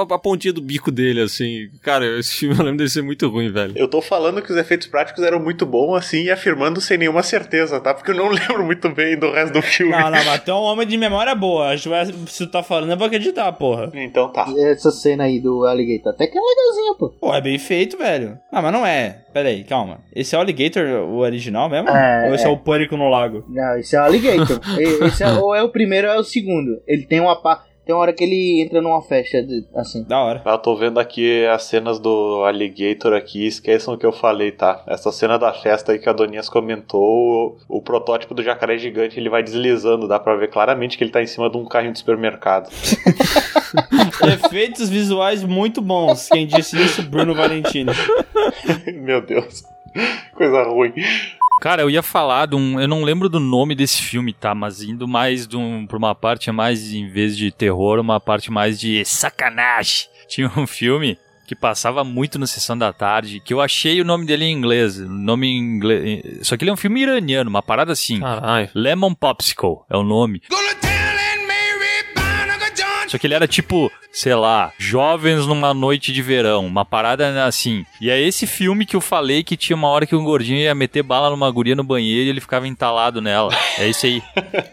S4: a, a pontinha do bico dele, assim. Cara, esse filme eu lembro dele ser muito ruim, velho.
S2: Eu tô falando que os efeitos práticos eram muito bons, assim, e afirmando sem nenhuma certeza, tá? Porque eu não lembro muito bem do resto do filme.
S3: Não, não, mas tu é um homem de memória boa. Acho que vai- Se tu tá falando, eu vou acreditar, porra.
S2: Então tá.
S7: Essa cena aí do Alligator, até que é legalzinha, pô.
S3: Pô, é bem feito, velho. Ah, mas não é. Pera aí, calma. Esse é o Alligator, o original mesmo?
S7: É,
S3: Ou esse é.
S7: é.
S3: o Pânico no Lago?
S7: Não, esse é o Alligator. E- esse é, ou é o primeiro ou é o segundo. Ele tem uma pá. Tem uma hora que ele entra numa festa, de- assim.
S3: Da hora.
S2: Eu tô vendo aqui as cenas do Alligator aqui, esqueçam o que eu falei, tá? Essa cena da festa aí que a Donias comentou, o, o protótipo do jacaré gigante ele vai deslizando, dá pra ver claramente que ele tá em cima de um carrinho de supermercado.
S3: Efeitos visuais muito bons. Quem disse isso? Bruno Valentini.
S2: Meu Deus, coisa ruim.
S1: Cara, eu ia falar de um. Eu não lembro do nome desse filme, tá? Mas indo mais de um, pra uma parte mais, em vez de terror, uma parte mais de sacanagem. Tinha um filme que passava muito na sessão da tarde, que eu achei o nome dele em inglês. o Nome em inglês. Só que ele é um filme iraniano, uma parada assim.
S4: Caralho.
S1: Lemon Popsicle é o nome. Só que ele era tipo, sei lá, jovens numa noite de verão, uma parada assim. E é esse filme que eu falei que tinha uma hora que um gordinho ia meter bala numa guria no banheiro e ele ficava entalado nela. É esse aí.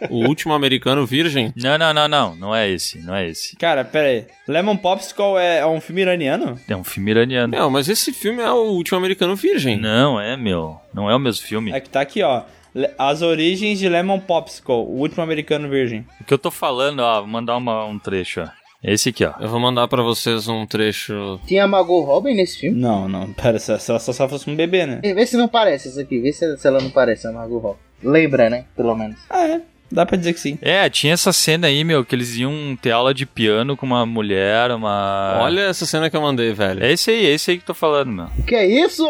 S4: O último americano virgem?
S1: Não, não, não, não. Não é esse, não é esse.
S3: Cara, pera aí. Lemon Popsicle é, é um filme iraniano?
S1: É um filme iraniano.
S4: Não, mas esse filme é o último americano virgem.
S1: Não, é, meu. Não é o mesmo filme.
S3: É que tá aqui, ó. Le- As origens de Lemon Popsicle, o último americano virgem.
S1: O que eu tô falando, ó, vou mandar uma- um trecho, ó. É Esse aqui, ó.
S4: Eu vou mandar pra vocês um trecho.
S7: Tinha a Margot Robin nesse filme?
S3: Não, não, pera, se se ela só, só fosse um bebê, né?
S7: Vê se não parece essa aqui, vê se, se ela não parece a Margot Robin. Lembra, né? Pelo menos.
S3: Ah, é. Dá pra dizer que sim.
S1: É, tinha essa cena aí, meu, que eles iam ter aula de piano com uma mulher, uma.
S7: Ah.
S4: Olha essa cena que eu mandei, velho.
S1: É esse aí, é esse aí que eu tô falando, meu.
S7: Que é isso?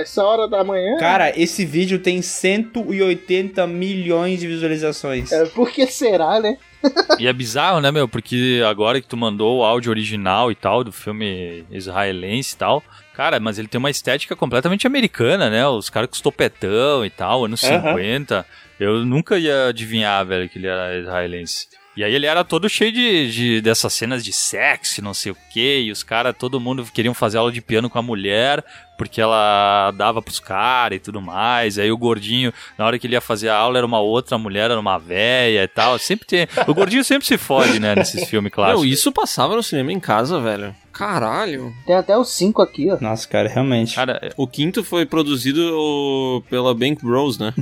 S7: Essa hora da manhã?
S3: Cara, esse vídeo tem 180 milhões de visualizações.
S7: É, por que será, né?
S1: E é bizarro, né, meu? Porque agora que tu mandou o áudio original e tal, do filme israelense e tal. Cara, mas ele tem uma estética completamente americana, né? Os caras com os topetão e tal, anos
S2: Aham.
S1: 50. Eu nunca ia adivinhar, velho, que ele era israelense. E aí ele era todo cheio de, de- dessas cenas de sexo, e não sei o quê, e os caras, todo mundo queriam fazer aula de piano com a mulher, porque ela dava pros caras e tudo mais. Aí o gordinho, na hora que ele ia fazer a aula, era uma outra mulher, era uma véia e tal. Sempre tem. O gordinho sempre se fode, né, nesses filmes
S4: Meu,
S1: clássicos.
S4: isso passava no cinema em casa, velho. Caralho.
S7: Tem até os cinco aqui, ó.
S3: Nossa, cara, realmente.
S1: Cara,
S4: O quinto foi produzido o- pela Bank Bros, né?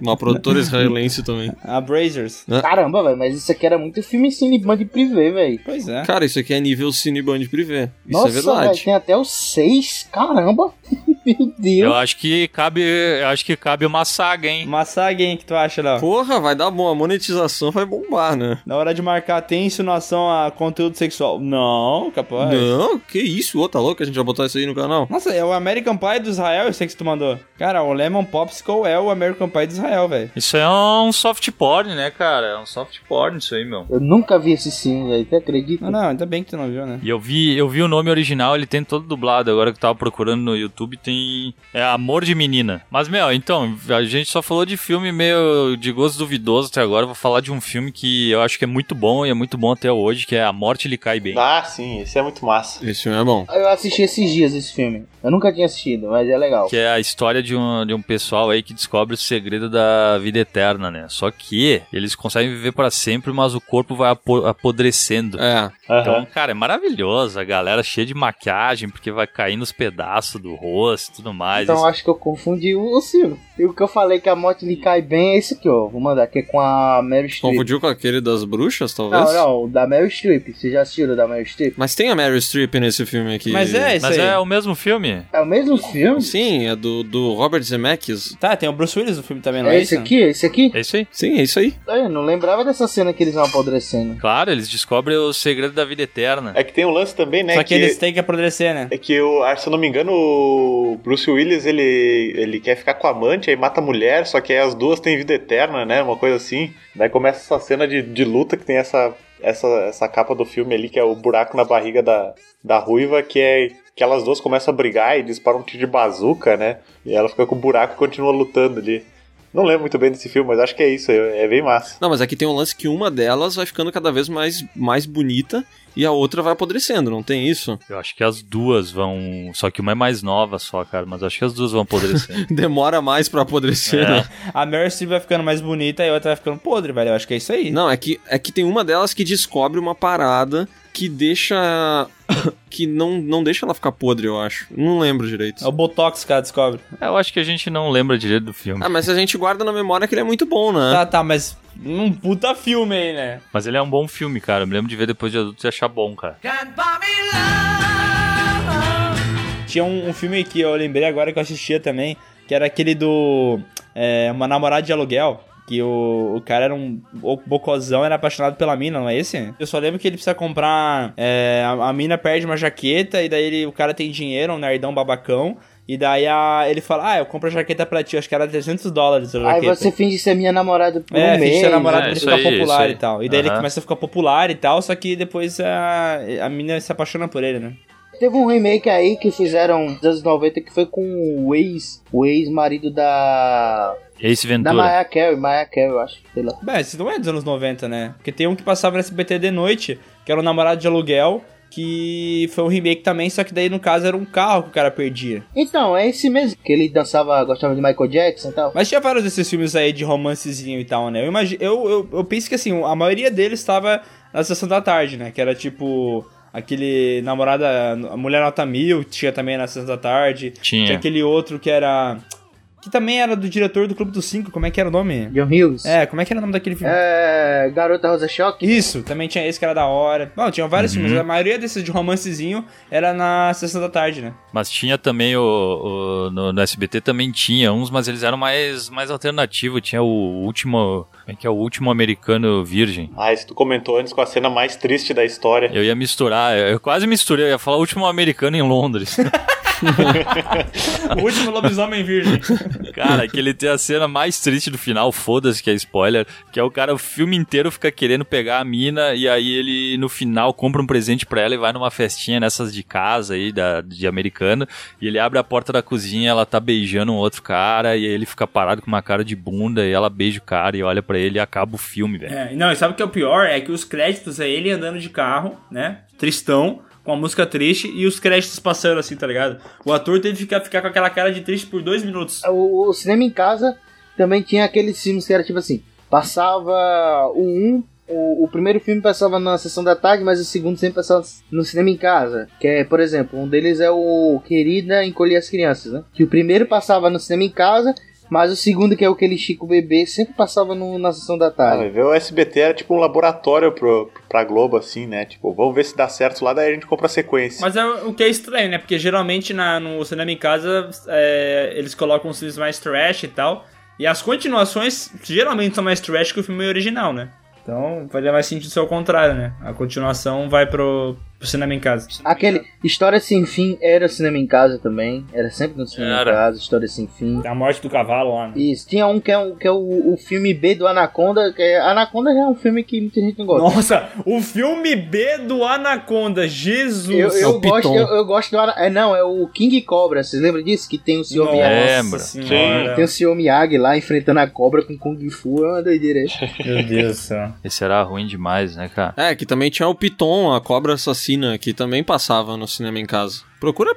S4: Uma produtora israelense também.
S3: A Brazers.
S7: Caramba, velho, mas isso aqui era muito filme cinema de privê, velho.
S3: Pois é.
S4: Cara, isso aqui é nível Cineband privê. Isso
S7: Nossa,
S4: é verdade.
S7: velho, tem até os seis. Caramba. Meu
S1: eu
S7: Deus.
S1: acho que cabe. Eu acho que cabe uma saga, hein?
S3: Uma saga, hein, que tu acha, Léo?
S4: Porra, vai dar bom. A monetização vai bombar, né?
S3: Na hora de marcar, tem insinuação a conteúdo sexual? Não, capaz.
S4: Não, que isso? Ô, tá louco? A gente vai botar isso aí no canal?
S3: Nossa, é o American Pie do Israel, eu sei que tu mandou. Cara, o Lemon Popsicle é o American Pie do Israel, velho.
S1: Isso é um soft porn, né, cara? É um soft porn isso aí, meu.
S7: Eu nunca vi esse sim, velho. Você acredita?
S3: Não, não, ainda bem que tu não viu, né?
S1: E eu vi, eu vi o nome original, ele tem todo dublado. Agora que eu tava procurando no YouTube, tem. É Amor de Menina. Mas, meu, então, a gente só falou de filme meio de gosto duvidoso até agora. Eu Vou falar de um filme que eu acho que é muito bom e é muito bom até hoje, que é A Morte Lhe Cai Bem.
S2: Ah, sim, esse é muito massa.
S4: Esse filme é bom.
S7: Eu assisti esses dias esse filme. Eu nunca tinha assistido, mas é legal.
S1: Que é a história de um, de um pessoal aí que descobre o segredo da vida eterna, né? Só que eles conseguem viver pra sempre, mas o corpo vai apo- apodrecendo.
S4: É.
S1: Então,
S2: Aham.
S1: cara, é maravilhoso. A galera cheia de maquiagem, porque vai caindo os pedaços do rosto e tudo mais.
S7: Então acho que eu confundi o, o filme. E o que eu falei que a morte lhe cai bem é esse aqui, ó. Vou mandar aqui com a Meryl Streep.
S4: Confundiu com aquele das bruxas, talvez?
S7: Não, não, o da Meryl Streep. Você já assistiu o da Meryl Streep?
S4: Mas tem a Mary Streep nesse filme aqui.
S3: Mas é isso
S1: Mas
S3: aí.
S1: é o mesmo filme?
S7: É o mesmo filme?
S4: Sim, é do, do Robert Zemeckis.
S3: Tá, tem o Bruce Willis no filme também, não é,
S7: É esse
S3: isso?
S7: aqui? Esse aqui?
S1: É isso aí.
S4: Sim, é isso aí.
S7: Eu não lembrava dessa cena que eles vão apodrecendo.
S1: Claro, eles descobrem o segredo da vida eterna.
S2: É que tem um lance também, né?
S3: Só que, eles têm que apodrecer, né?
S2: É que, eu, ah, se eu não me engano, o Bruce Willis, ele, ele quer ficar com a amante, aí mata a mulher, só que aí as duas têm vida eterna, né? Uma coisa assim. Daí começa essa cena de, de luta que tem essa, essa, essa capa do filme ali, que é o buraco na barriga da, da ruiva, que é que elas duas começam a brigar e disparam um tiro de bazuca, né? E ela fica com o buraco e continua lutando ali. Não lembro muito bem desse filme, mas acho que é isso, é, é bem massa.
S4: Não, mas aqui tem um lance que uma delas vai ficando cada vez mais, mais bonita e a outra vai apodrecendo, não tem isso?
S1: Eu acho que as duas vão. Só que uma é mais nova só, cara. Mas acho que as duas vão apodrecer.
S4: Demora mais pra apodrecer, né?
S3: A Meryl Streep vai ficando mais bonita e a outra vai ficando podre, velho. Eu acho que é isso aí.
S4: Não, é que, é que tem uma delas que descobre uma parada que deixa. que não, não deixa ela ficar podre, eu acho. Não lembro direito.
S3: É o Botox que ela descobre.
S1: É, eu acho que a gente não lembra direito do filme.
S4: Ah, mas a gente guarda na memória que ele é muito bom, né?
S3: Tá, tá, mas um puta filme aí, né?
S1: Mas ele é um bom filme, cara. Eu me lembro de ver depois de adulto e achar bom, cara.
S3: Tinha um, um filme que eu lembrei agora que eu assistia também, que era aquele do. é, uma namorada de aluguel. Que o, o cara era um bo- bocozão, era apaixonado pela mina, não é esse? Eu só lembro que ele precisa comprar. é, a, a mina perde uma jaqueta e daí ele- o cara tem dinheiro, um nerdão babacão. E daí a- ele fala: Ah, eu compro a jaqueta pra ti, acho que era 300 dólares a jaqueta.
S7: Aí você finge ser minha namorada por
S3: É,
S7: um
S3: finge
S7: mês.
S3: ser namorado
S1: né?
S3: pra ele
S1: Isso
S3: ficar
S1: aí, isso
S3: popular
S1: aí.
S3: e tal. E daí ele
S1: Aham.
S3: começa a ficar popular e tal, só que depois a, a menina se apaixona por ele, né?
S7: Teve um remake aí que fizeram nos anos 90 que foi com o ex, o ex-marido da
S1: Ace
S7: da
S1: Ventura.
S7: Mariah Carey, Mariah Carey, eu acho, sei lá.
S3: Bem, isso não é dos anos 90, né? Porque tem um que passava no SBT de noite, que era um namorado de aluguel, que foi um remake também, só que daí no caso era um carro que o cara perdia.
S7: Então, é esse mesmo que ele dançava, gostava de Michael Jackson e tal.
S3: Mas tinha vários desses filmes aí de romancezinho e tal, né? Eu, imagi- eu, eu, eu penso que assim, a maioria deles estava na sessão da tarde, né? Que era tipo. Aquele namorada, a mulher nota mil, tinha também na sessão da tarde.
S1: Tinha.
S3: Tinha aquele outro que era. que também era do diretor do Clube dos Cinco, como é que era o nome?
S7: John Hughes.
S3: É, como é que era o nome daquele filme?
S7: É, Garota Rosa Choque.
S3: Isso, também tinha esse que era da hora. Bom, tinha vários filmes, a maioria desses de romancezinho era na sessão da tarde, né?
S1: Mas tinha também o, o- no, no SBT também tinha uns, mas eles eram mais mais alternativo. Tinha o último, como é que é o último americano virgem.
S2: Ah, isso tu comentou antes com a cena mais triste da história.
S1: Eu ia misturar, eu eu quase misturei, eu ia falar o último americano em Londres.
S3: O último lobisomem virgem.
S1: Cara, que ele tem a cena mais triste do final, foda-se que é spoiler, que é o cara o filme inteiro fica querendo pegar a mina e aí ele no final compra um presente pra ela e vai numa festinha nessas de casa aí da, de americano e ele abre a porta da cozinha, ela tá beijando um outro cara e aí ele fica parado com uma cara de bunda e ela beija o cara e olha pra ele e acaba o filme, velho.
S11: É, não, e sabe o que é o pior? É que os créditos é ele andando de carro, né? Tristão, com a música triste e os créditos passando assim, tá ligado? O ator teve que ficar, ficar com aquela cara de triste por dois minutos.
S7: O, o cinema em casa também tinha aqueles filmes que era tipo assim: passava o 1. O, o primeiro filme passava na sessão da tarde, mas o segundo sempre passava no cinema em casa. Que é, por exemplo, um deles é o Querida Encolher as Crianças, né? Que o primeiro passava no cinema em casa, mas o segundo, que é o que ele Chico Bebê, sempre passava no- na sessão da
S2: Ah,
S7: tarde.
S2: vai ver, o SBT era tipo um laboratório pro, pra Globo, assim, né? Tipo, vamos ver se dá certo lá, daí a gente compra a sequência.
S11: Mas é o que é estranho, né? Porque geralmente na, no cinema em casa é, eles colocam os filmes mais trash e tal. E as continuações geralmente são mais trash que o filme original, né? Então faria mais sentido ser o contrário, né? A continuação vai pro, pro cinema em casa.
S7: Aquele História Sem Fim era cinema em casa também. Era sempre no cinema
S1: Era.
S7: em casa, História Sem Fim.
S11: A morte do cavalo lá, né?
S7: Isso, tinha um que é, um, que é o, o filme B do Anaconda. Que é, Anaconda já é um filme que muita gente não gosta.
S11: Nossa, o filme B do Anaconda, Jesus!
S7: Eu,
S4: é
S7: eu
S4: o
S7: gosto,
S4: Piton.
S7: eu, eu gosto do Ana- é, Não, é o King Cobra, vocês lembram disso? Que tem o senhor
S11: Nossa
S7: Miyagi.
S1: Lembra.
S11: Senhora.
S7: Tem o senhor Miyagi lá enfrentando a cobra com Kung Fu, é uma doideira.
S11: Meu Deus do céu.
S1: Esse era ruim demais, né, cara?
S4: É, que também tinha o Piton, a cobra assassina, que também passava no cinema em casa. Procura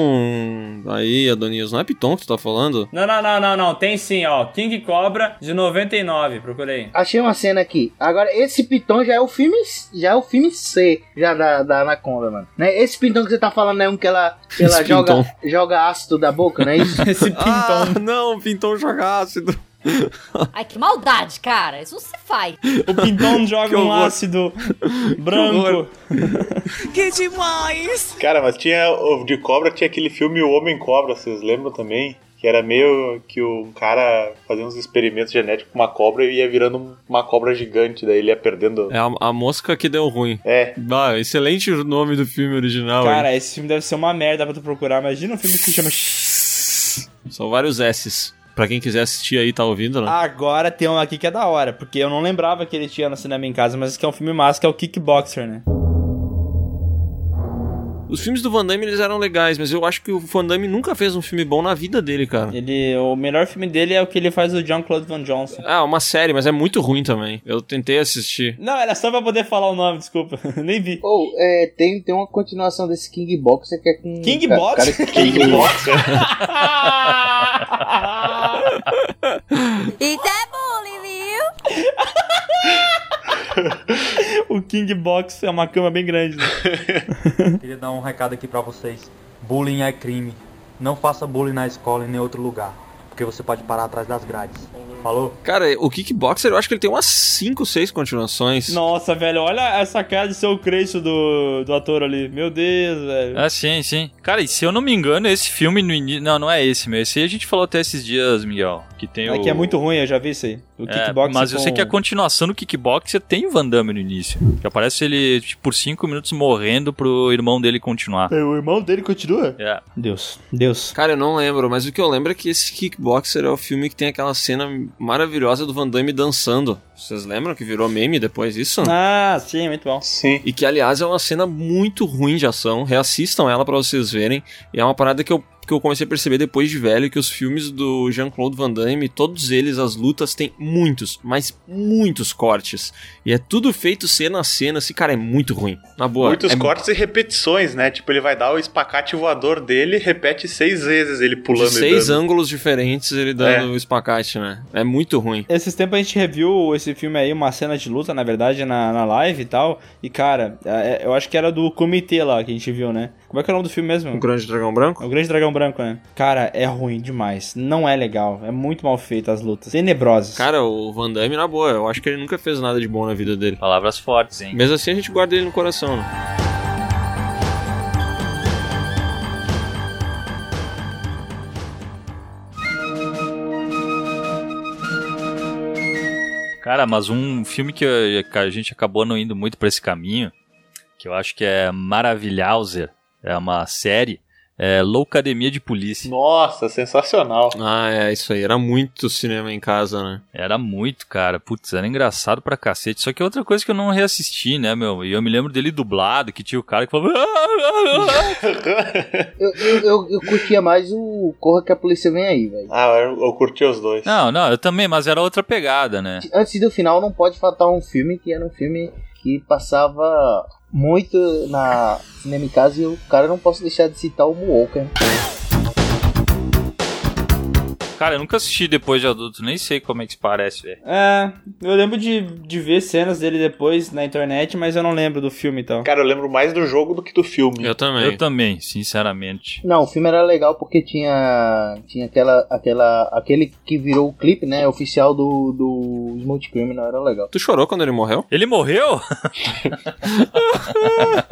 S4: Piton aí, Adonias. Não é Piton que tu tá falando?
S11: Não, não, não, não, não. Tem sim, ó. King Cobra de 99, procurei.
S7: Achei uma cena aqui. Agora, esse Piton já é o filme. Já é o filme C já da, da Anaconda, mano. Né? Esse Piton que você tá falando é um que ela, que ela
S4: Esse
S7: joga,
S4: Piton.
S7: joga ácido da boca, não é isso?
S11: Esse pintão.
S4: Ah, não, Piton joga ácido.
S12: Ai, que maldade, cara. Isso não se faz.
S11: O pintão joga um
S4: horror.
S11: ácido branco.
S2: Cara, mas tinha o de cobra, tinha aquele filme O Homem Cobra, vocês lembram também? Que era meio que um cara fazia uns experimentos genéticos com uma cobra e ia virando uma cobra gigante, daí ele ia perdendo.
S4: É a, a mosca que deu ruim.
S2: É.
S4: Ah, excelente o nome do filme original. hein?
S3: Cara, esse filme deve ser uma merda pra tu procurar. Imagina um filme que se chama.
S4: São vários S's. Pra quem quiser assistir aí, tá ouvindo, né?
S3: Agora tem um aqui que é da hora, porque eu não lembrava que ele tinha no cinema em casa, mas que é um filme massa, que é o Kickboxer, né?
S4: Os filmes do Van Damme, eles eram legais, mas eu acho que o Van Damme nunca fez um filme bom na vida dele, cara.
S3: Ele, o melhor filme dele é o que ele faz o John Claude Van Johnson.
S4: Ah, uma série, mas é muito ruim também. Eu tentei assistir.
S3: Não, era só pra poder falar o nome, desculpa. Nem vi.
S7: Ou, é, tem, tem uma continuação desse King Boxer que é com.
S3: King
S7: ca-
S3: Boxer?
S7: cara-
S2: né?
S12: Isso é bullying, viu?
S3: o King Box é uma cama bem grande, né?
S10: Queria dar um recado aqui pra vocês. Bullying é crime. Não faça bullying na escola e em nenhum outro lugar, porque você pode parar atrás das grades. Falou?
S4: Cara, o Kickboxer, eu acho que ele tem umas 5, 6 continuações.
S3: Nossa, velho, olha essa cara de seu Creixo do, do ator ali. Meu Deus, velho.
S1: Ah, sim, sim. Cara, e se eu não me engano, esse filme no início. Não, não é esse, meu. Esse aí a gente falou até esses dias, Miguel. Que tem
S3: É
S1: o.
S3: que é muito ruim, eu já vi isso aí. O
S1: É,
S3: Kickboxer.
S1: mas eu sei
S3: com-
S1: que a continuação do Kickboxer tem o Van Damme no início. Que aparece ele tipo, por 5 minutos morrendo pro irmão dele continuar.
S3: É, O irmão dele continua?
S1: É.
S3: Deus, Deus.
S4: Cara, eu não lembro, mas o que eu lembro é que esse Kickboxer é o filme que tem aquela cena maravilhosa do Van Damme dançando. Vocês lembram que virou meme depois disso?
S3: Ah, sim, muito bom.
S2: Sim.
S4: E que, aliás, é uma cena muito ruim de ação. Reassistam ela pra vocês verem. E é uma parada que eu, que eu comecei a perceber depois de velho, que os filmes do Jean-Claude Van Damme, todos eles, as lutas, têm muitos, mas muitos cortes. E é tudo feito cena a cena. Esse cara é muito ruim. Na boa.
S2: Muitos
S4: é
S2: cortes e repetições, né? Tipo, ele vai dar o espacate voador dele, repete seis vezes ele
S4: De
S2: pulando e
S4: seis
S2: dando.
S4: ângulos diferentes ele dando
S2: É.
S4: o espacate, né? É muito ruim.
S3: Esses tempos a gente reviu esse filme aí, uma cena de luta, é, na verdade, na, na live e tal. E, cara, é- eu acho que era do comitê lá que a gente viu, né? Como é que é o nome do filme mesmo?
S4: O Um Grande Dragão Branco?
S3: É o Grande Dragão Branco, né? Cara, é ruim demais. Não é legal. É muito mal feito as lutas. Tenebrosas.
S4: Cara, o Van Damme, na boa, eu acho que ele nunca fez nada de bom na vida dele.
S1: Palavras fortes, hein?
S4: Mesmo assim, a gente guarda ele no coração, né?
S1: Cara, mas um filme que a gente acabou não indo muito para esse caminho, que eu acho que é Maravilhauser, é uma série, é Loucademia de Polícia.
S2: Nossa, sensacional.
S4: Ah, é, isso aí. Era muito cinema em casa, né?
S1: Era muito, cara. Putz, era engraçado pra cacete. Só que outra coisa que eu não reassisti, né, meu? E eu me lembro dele dublado, que tinha o cara que falava. "Ah,
S7: eu, eu, eu, eu curtia mais o Corra que a Polícia Vem Aí, velho.
S2: Ah, eu, eu curti os dois.
S1: Não, não, eu também, mas era outra pegada, né?
S7: Antes do final, não pode faltar um filme que era um filme que passava muito na cinema em casa e o cara não posso deixar de citar o Walker.
S1: Cara, eu nunca assisti depois de adulto, nem sei como é que se parece, velho.
S3: É, eu lembro de, de ver cenas dele depois na internet, mas eu não lembro do filme então. e tal.
S2: Cara, eu lembro mais do jogo do que do filme.
S4: Eu também.
S1: Eu também, sinceramente.
S7: Não, o filme era legal porque tinha tinha aquela aquela aquele que virou o clipe, né, oficial do do Smooth Criminal, era legal.
S4: Tu chorou quando ele morreu?
S1: Ele morreu?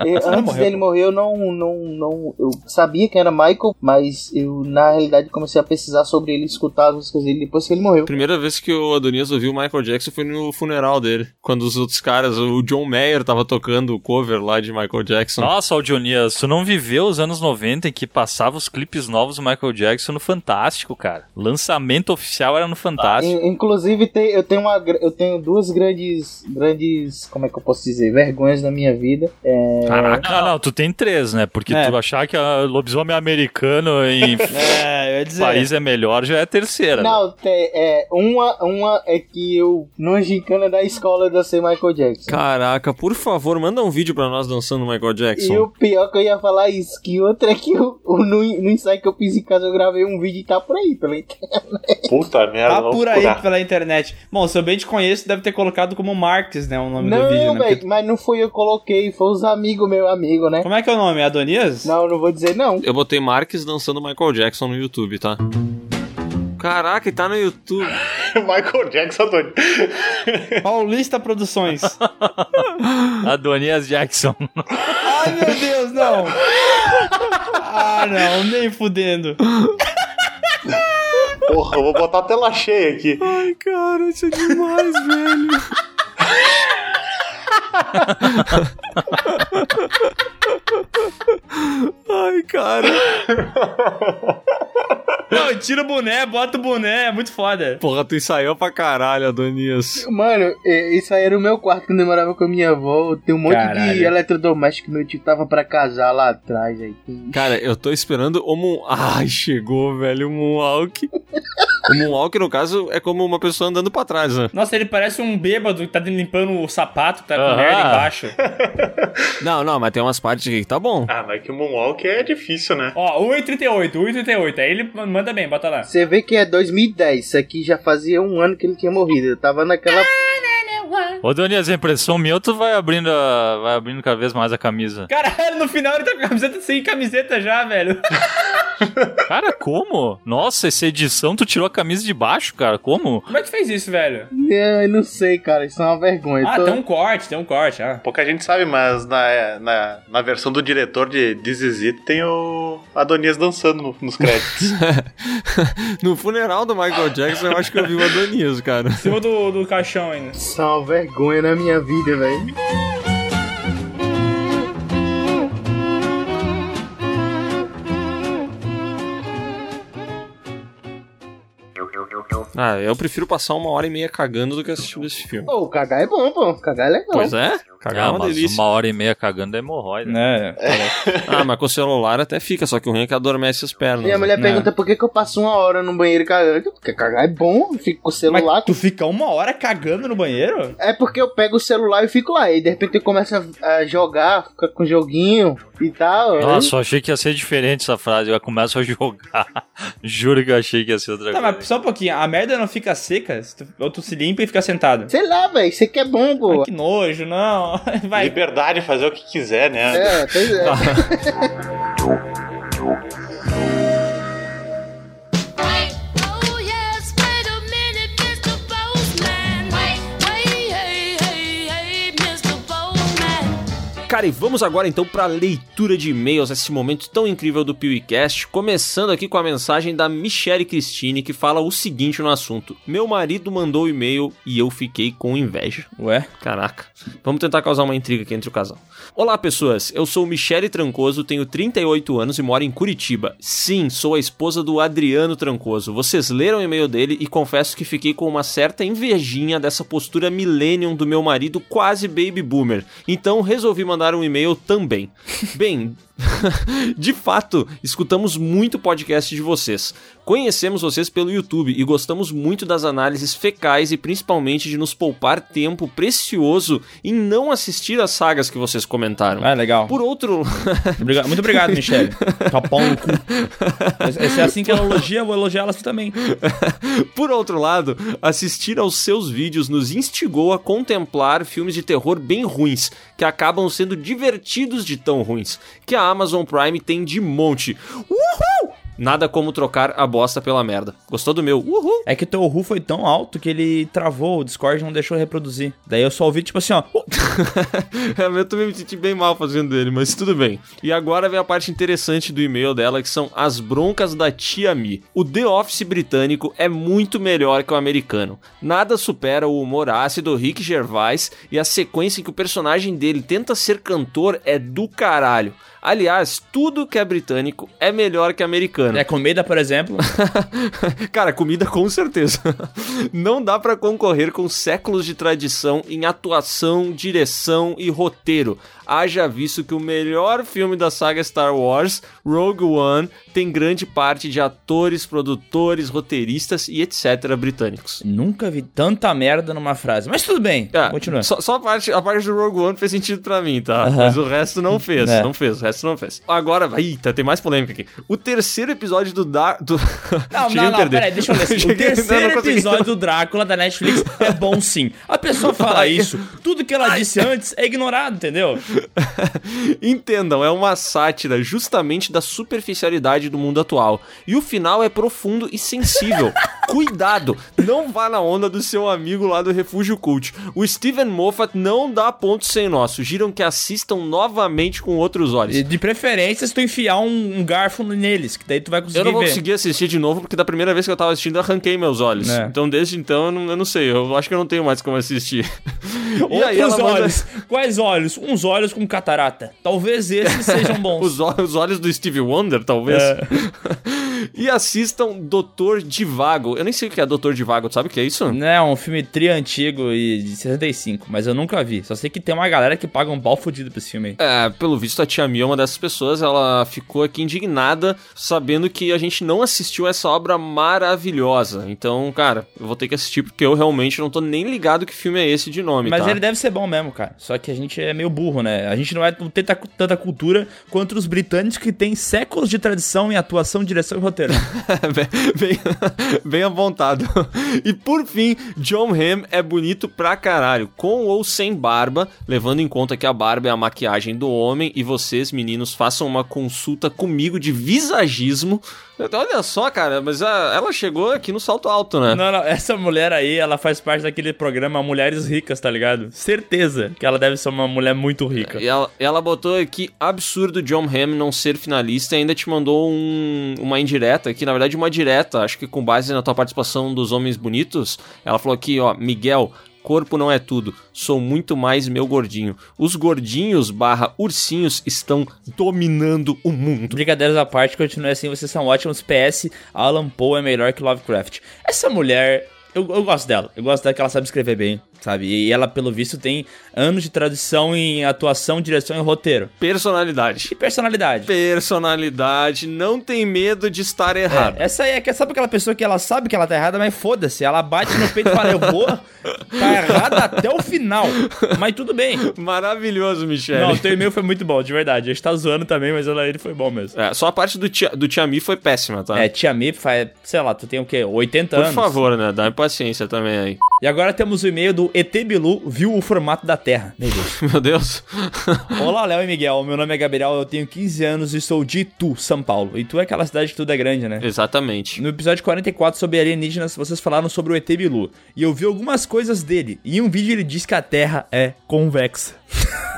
S7: Eu- antes dele morrer, eu não, não, não. Eu sabia que era Michael, mas eu, na realidade, comecei a pesquisar sobre ele, escutar as músicas dele depois que ele morreu.
S4: Primeira vez que o Adonias ouviu o Michael Jackson foi no funeral dele. Quando os outros caras, o John Mayer tava tocando o cover lá de Michael Jackson.
S1: Nossa, Aldionias, tu não viveu os anos 90 em que passava os clipes novos do Michael Jackson no Fantástico, cara. Lançamento oficial era no Fantástico.
S7: In- Inclusive, tem- eu, tenho uma, gra- eu tenho duas grandes, grandes, como é que eu posso dizer, vergonhas da minha vida. É,
S1: Caraca, não, não, tu tem três, né? Porque
S7: É.
S1: tu achar que a lobisomem americano em
S3: é, eu ia dizer.
S1: país é melhor já é a terceira. né?
S7: Não, tem, é, uma, uma é que eu, numa gincana da escola, eu ser Michael Jackson.
S4: Caraca, por favor, manda um vídeo pra nós dançando Michael Jackson.
S7: E o pior que eu ia falar isso, que outra é que eu, o- no, no ensaio que eu fiz em casa eu gravei um vídeo e tá por aí pela internet.
S2: Puta merda,
S3: Tá
S2: vamos
S3: por aí
S2: procurar.
S3: pela internet. Bom, se eu bem te conheço, deve ter colocado como Marques, né? O nome
S7: Não,
S3: do vídeo, né?
S7: velho, mas não fui eu que coloquei, foi os amigos, meu amigo, né?
S3: Como é que é o nome? Adonias?
S7: Não, não vou dizer não.
S4: Eu botei Marques dançando Michael Jackson no YouTube, tá? Caraca, e tá no YouTube.
S2: Michael Jackson, Tony.
S3: Paulista Produções.
S1: Adonias Jackson.
S3: Ai, meu Deus, não! Ah, não, nem fudendo.
S2: Porra, eu vou botar a tela cheia aqui.
S4: Ai, cara, isso é demais, velho. Ai, cara.
S3: Não, tira o boné, bota o boné, é muito foda.
S4: Porra, tu ensaiou pra caralho, Adonias.
S7: Mano, é, isso aí era o meu quarto quando eu morava com a minha avó. Tem um monte de
S4: Caralho.
S7: eletrodoméstico que meu tio tava pra casar lá atrás. Aí. Tem-
S4: Cara, eu tô esperando o Moon... Ai, chegou, velho, o Moonwalk. O Moonwalk, no caso, é como uma pessoa andando pra trás, né?
S3: Nossa, ele parece um bêbado que tá limpando o sapato, tá com
S4: Aham.
S3: merda embaixo.
S4: Não, não, mas tem umas partes aqui que tá bom.
S2: Ah, mas que o Moonwalk é difícil, né?
S3: Ó, 1,38, 1,38. Aí ele manda bem, bota lá.
S7: Você vê que é 2010, isso aqui já fazia um ano que ele tinha morrido. Eu tava naquela.
S1: Ô, Adonias, a impressão minha, ou tu vai abrindo, a- vai abrindo cada vez mais a camisa.
S3: Caralho, no final ele tá com a camiseta sem camiseta já, velho.
S1: Cara, como? Nossa, essa edição tu tirou a camisa de baixo, cara. Como?
S3: Como é que tu fez isso, velho?
S7: Não, eu não sei, cara, isso é uma vergonha.
S3: Ah,
S7: Tô-
S3: tem um corte, tem um corte, ah.
S2: Pouca gente sabe, mas na, na, na versão do diretor de This Is It tem o Adonias dançando no- nos créditos.
S4: No funeral do Michael Jackson, eu acho que eu vi o Adonias, cara.
S3: Em cima do, do caixão ainda.
S7: Isso é uma vergonha na minha vida, velho.
S4: Ah, eu prefiro passar uma hora e meia cagando do que assistindo esse filme.
S7: Pô, cagar é bom, pô. Cagar é legal.
S4: Pois é, cagar é
S1: Ah,
S4: uma
S1: mas
S4: delícia.
S1: uma hora e meia cagando é hemorroida.
S3: Né?
S4: Ah, mas com o celular até fica, só que o ruim é que adormece as pernas.
S7: Minha mulher
S4: né?
S7: pergunta por que, que eu passo uma hora no banheiro cagando. Porque cagar é bom, eu fico com o celular.
S3: tu fica uma hora cagando no banheiro?
S7: É porque eu pego o celular e fico lá. E de repente eu começo a, a jogar, fica com joguinho e tal.
S1: Nossa, eu achei que ia ser diferente essa frase. Eu começo a jogar. Juro que eu achei que ia ser outra
S3: Tá,
S1: coisa.
S3: mas só um pouquinho, a merda não fica seca? Se tu- Ou tu se limpa e fica sentado?
S7: Sei lá, velho, isso aqui é bom, pô.
S3: Que nojo, não. Vai.
S2: É, Liberdade, fazer o que quiser, né?
S7: É, pois é.
S4: Cara, e vamos agora então para a leitura de e-mails, esse momento tão incrível do PeeWeeCast, começando aqui com a mensagem da Michelle Cristine, que fala o seguinte no assunto. Meu marido mandou o e-mail e eu fiquei com inveja.
S3: Ué?
S4: Caraca. Vamos tentar causar uma intriga aqui entre o casal. Olá, pessoas. Eu sou Michele Trancoso, tenho 38 anos e moro em Curitiba. Sim, sou a esposa do Adriano Trancoso. Vocês leram o e-mail dele e confesso que fiquei com uma certa invejinha dessa postura millennium do meu marido quase baby boomer. Então resolvi mandar um e-mail também. Bem, de fato, escutamos muito podcast de vocês. Conhecemos vocês pelo YouTube e gostamos muito das análises fecais e principalmente de nos poupar tempo precioso em não assistir às sagas que vocês comentaram.
S3: Ah, legal.
S4: Por outro.
S3: Obriga- Muito obrigado, Michele. Tá pau no cu. Mas Se é assim que ela elogia, eu vou elogiar elas também.
S4: Por outro lado, assistir aos seus vídeos nos instigou a contemplar filmes de terror bem ruins, que acabam sendo divertidos de tão ruins, que a Amazon Prime tem de monte. Uhul! Nada como trocar a bosta pela merda. Gostou do meu? Uhul!
S3: É que teu ru foi tão alto que ele travou, o Discord não deixou reproduzir. Daí eu só ouvi tipo assim, ó.
S4: eu também me senti bem mal fazendo ele, mas tudo bem. E agora vem a parte interessante do e-mail dela, que são as broncas da tia Mi. O The Office britânico é muito melhor que o americano. Nada supera o humor ácido do Rick Gervais e a sequência em que o personagem dele tenta ser cantor é do caralho. Aliás, tudo que é britânico é melhor que americano.
S3: É comida, por exemplo.
S4: Cara, comida com certeza. Não dá pra concorrer com séculos de tradição em atuação, direção e roteiro. Haja visto que o melhor filme da saga Star Wars, Rogue One, tem grande parte de atores, produtores, roteiristas e etc. britânicos.
S3: Nunca vi tanta merda numa frase. Mas tudo bem, continua.
S4: Tá, Só, só a, parte, a parte do Rogue One fez sentido pra mim, tá? Mas o resto não fez.
S3: É.
S4: Não fez, o resto não fez. Agora, vai- eita, tem mais polêmica aqui. O terceiro episódio do Dar. Do...
S3: Não,
S4: Cheguei a
S3: não, não,
S4: perder.
S3: peraí, deixa eu ler. assim. O
S4: Cheguei- não, não
S3: terceiro
S4: consegui.
S3: episódio do Drácula da Netflix é bom sim. A pessoa fala isso, tudo que ela disse antes é ignorado, entendeu?
S4: Entendam, é uma sátira justamente da superficialidade do mundo atual. E o final é profundo e sensível. Cuidado, não vá na onda do seu amigo lá do Refúgio Cult. O Steven Moffat não dá ponto sem nós. Sugiram que assistam novamente com outros olhos.
S3: E de preferência se tu enfiar um, um garfo neles, que daí tu vai conseguir
S4: Eu não vou
S3: ver.
S4: conseguir assistir de novo, porque da primeira vez que eu tava assistindo, eu arranquei meus olhos.
S3: É.
S4: Então, desde então, eu não, eu não sei. Eu acho que eu não tenho mais como assistir. E aí ela
S3: Outros
S4: manda-
S3: olhos. Quais olhos? Uns olhos com catarata. Talvez esses sejam bons.
S4: Os, ol- os olhos do Steve Wonder, talvez.
S3: É.
S4: e assistam Doutor Divago. Eu nem sei o que é Doutor Divago, tu sabe o que é isso?
S3: Não, é um filme tri antigo e de 65, mas eu nunca vi. Só sei que tem uma galera que paga um pau fudido pra esse filme aí.
S4: É, pelo visto a tia Mia é uma dessas pessoas, ela ficou aqui indignada sabendo que a gente não assistiu essa obra maravilhosa. Então, cara, eu vou ter que assistir porque eu realmente não tô nem ligado que filme é esse de nome,
S3: Mas
S4: tá?
S3: ele deve ser bom mesmo, cara. Só que a gente é meio burro, né? A gente não é não tem ta- tanta cultura quanto os britânicos que têm séculos de tradição em atuação, direção e roteiro.
S4: bem, bem apontado. E por fim, John Hamm é bonito pra caralho, com ou sem barba, levando em conta que a barba é a maquiagem do homem e vocês, meninos, façam uma consulta comigo de visagismo. Olha só, cara, mas a- ela chegou aqui no salto alto, né?
S3: não, não, essa mulher aí, ela faz parte daquele programa Mulheres Ricas, tá ligado? Certeza que ela deve ser uma mulher muito rica.
S4: E ela, ela botou aqui, absurdo John Hamm não ser finalista e ainda te mandou um- uma indireta aqui, na verdade uma direta, acho que com base na tua participação dos Homens Bonitos, ela falou aqui, ó, Miguel, corpo não é tudo, sou muito mais meu gordinho. Os gordinhos barra ursinhos estão dominando o mundo.
S3: Brincadeiras à parte, continue assim, vocês são ótimos. PS, Alan Poe é melhor que Lovecraft. Essa mulher, eu, eu gosto dela. Eu gosto dela que ela sabe escrever bem, sabe? E ela, pelo visto, tem anos de tradição em atuação, direção e roteiro.
S4: Personalidade.
S3: E personalidade.
S4: Personalidade, não tem medo de estar errado.
S3: É, essa aí é que sabe aquela pessoa que ela sabe que ela tá errada, mas foda-se. Ela bate no peito e fala: Eu vou tá errada até o final. Mas tudo bem.
S4: Maravilhoso, Michele.
S3: é. Não, o teu e-mail foi muito bom, de verdade. A gente tá zoando também, mas ela, ele foi bom mesmo.
S4: É, só a parte do Tia, do tia Mi foi péssima, tá?
S3: É, Tia Mi faz, sei lá, tu tem o quê? 80
S4: Por
S3: anos.
S4: favor, né? Dá paciência também aí.
S3: E agora temos o e-mail do ET Bilu, viu o formato da Terra. Meu Deus.
S4: Meu Deus.
S3: Olá, Léo e Miguel. Meu nome é Gabriel, eu tenho 15 anos e sou de Itu, São Paulo. Itu é aquela cidade que tudo é grande, né?
S4: Exatamente.
S3: No episódio 44 sobre alienígenas, vocês falaram sobre o ET Bilu. E eu vi algumas coisas dele. E em um vídeo ele diz que a Terra é convexa.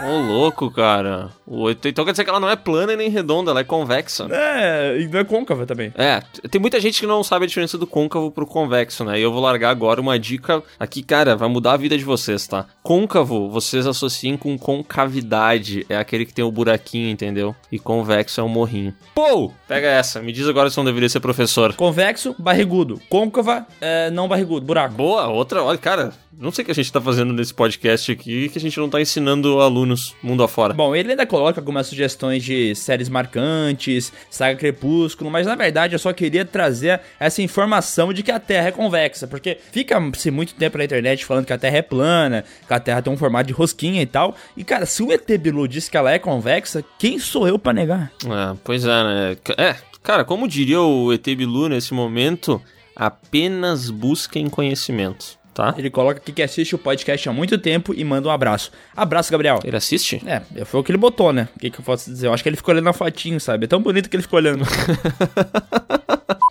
S4: Ô, louco, cara. O ET- Então quer dizer que ela não é plana e nem redonda, ela é convexa.
S3: É, e não é côncava também.
S4: É, t- tem muita gente que não sabe a diferença do côncavo pro convexo, né? E eu vou largar agora uma dica aqui, cara, vai mudar a vida de vocês, tá? Côncavo, vocês associem com concavidade, é aquele que tem o buraquinho, entendeu? E convexo é um morrinho. Pô, pega essa, me diz agora se eu não deveria ser professor.
S3: Convexo, barrigudo. Côncava, é, não barrigudo, buraco.
S4: Boa, outra, olha, cara, não sei o que a gente tá fazendo nesse podcast aqui, que a gente não tá ensinando alunos mundo afora.
S3: Bom, ele ainda coloca algumas sugestões de séries marcantes, saga Crepúsculo, mas na verdade eu só queria trazer essa informação de que a Terra é convexa, porque fica-se muito tempo na internet falando que a Terra é plana, que a Terra tem um formato de rosquinha e tal, e cara, se o ET Bilu diz que ela é convexa, quem sou eu pra negar?
S4: É, pois é, né? É, cara, como diria o ET Bilu nesse momento, apenas busquem conhecimento, tá?
S3: Ele coloca aqui que assiste o podcast há muito tempo e manda um abraço. Abraço, Gabriel.
S4: Ele assiste?
S3: É, foi o que ele botou, né? O que, que eu posso dizer? Eu acho que ele ficou olhando a fotinho, sabe? É tão bonito que ele ficou olhando.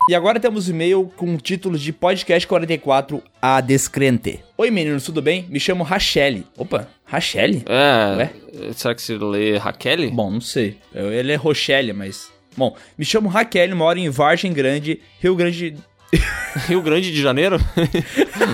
S3: E agora temos um e-mail com o título de Podcast 44 A Descrente. Oi meninos, tudo bem? Me chamo Rachelle. Opa, Rachelle?
S4: É. Será que se lê Raquel?
S3: Bom, não sei. Eu- Ele é Rochelle, mas. Bom, me chamo Raquel, moro em Vargem Grande, Rio Grande.
S4: Rio Grande de Janeiro?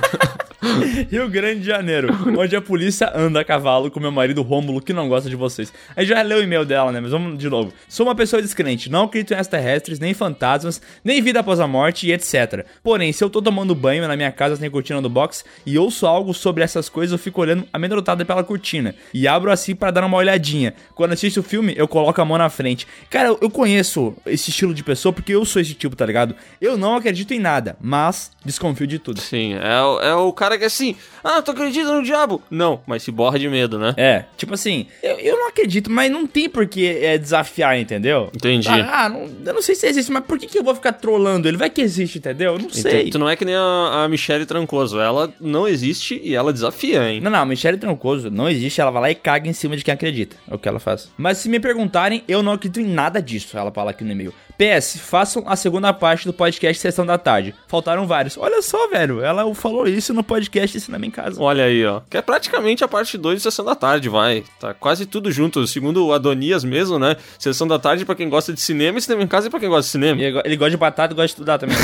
S3: Rio Grande de Janeiro, onde a polícia anda a cavalo com meu marido Rômulo, que não gosta de vocês. A gente já leu o e-mail dela, né? Mas vamos de novo. Sou uma pessoa descrente, não acredito em extraterrestres, nem fantasmas, nem vida após a morte e etc. Porém, se eu tô tomando banho na minha casa sem cortina do box e ouço algo sobre essas coisas, eu fico olhando amedrontado pela cortina e abro assim pra dar uma olhadinha. Quando assisto o filme, eu coloco a mão na frente. Cara, eu- eu conheço esse estilo de pessoa porque eu sou esse tipo, tá ligado? Eu não acredito em nada, mas desconfio de tudo.
S4: Sim, é, o- é o cara que é assim, ah, tu acredita no diabo? Não, mas se borra de medo, né?
S3: É, tipo assim, eu, eu não acredito, mas não tem por que é, desafiar, entendeu?
S4: Entendi.
S3: Ah, ah, não- eu não sei se existe, mas por que, que eu vou ficar trolando ele? Vai que existe, entendeu? Eu não
S4: Então,
S3: sei.
S4: Tu não é que nem a, a Michelle Trancoso, ela não existe e ela desafia, hein?
S3: Não, não, a Michelle Trancoso não existe, ela vai lá e caga em cima de quem acredita. É o que ela faz. Mas se me perguntarem, eu não acredito em nada disso, ela fala aqui no e-mail. PS, façam a segunda parte do podcast Sessão da Tarde. Faltaram vários. Olha só, velho, ela falou isso no podcast Ensinando em Casa.
S4: Olha aí, ó. Que é praticamente a parte 2 de Sessão da Tarde, vai. Tá quase tudo junto. Segundo o Adonias mesmo, né? Sessão da Tarde pra quem gosta de cinema e cinema em casa é pra quem gosta de cinema.
S3: Ele, gosta de batata e gosta de estudar também.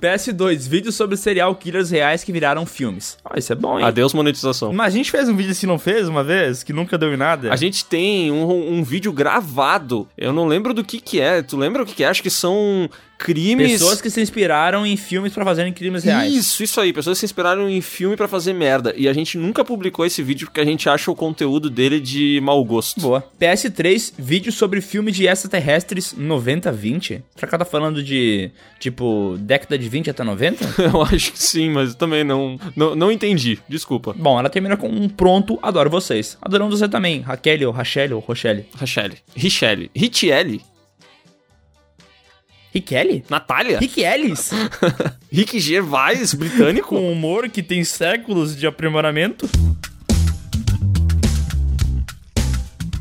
S3: PS2, vídeos sobre serial killers reais que viraram filmes. Ah, isso é bom, hein?
S4: Adeus monetização.
S3: Mas a gente fez um vídeo assim, não fez uma vez? Que nunca deu em nada?
S4: A gente tem um, um vídeo gravado. Eu não lembro do que que é. Tu lembra o que que é? Acho que são crimes...
S3: Pessoas que se inspiraram em filmes pra fazerem crimes reais.
S4: Isso, isso aí. Pessoas se inspiraram em filme pra fazer merda. E a gente nunca publicou esse vídeo porque a gente acha o conteúdo dele de mau gosto.
S3: Boa. PS3, vídeo sobre filme de extraterrestres 90-20? Será que ela tá falando de, tipo, década de 20 até 90?
S4: Eu acho que sim, mas também não, não, não entendi. Desculpa.
S3: Bom, ela termina com um pronto, adoro vocês. Adoramos você também, Raquel, ou Rachelle, ou Rochelle.
S4: Rachelle. Richelle. Richelle.
S3: Riquelli?
S4: Natália?
S3: Rick Ellis?
S4: Rick Gervais, britânico?
S3: Com humor que tem séculos de aprimoramento?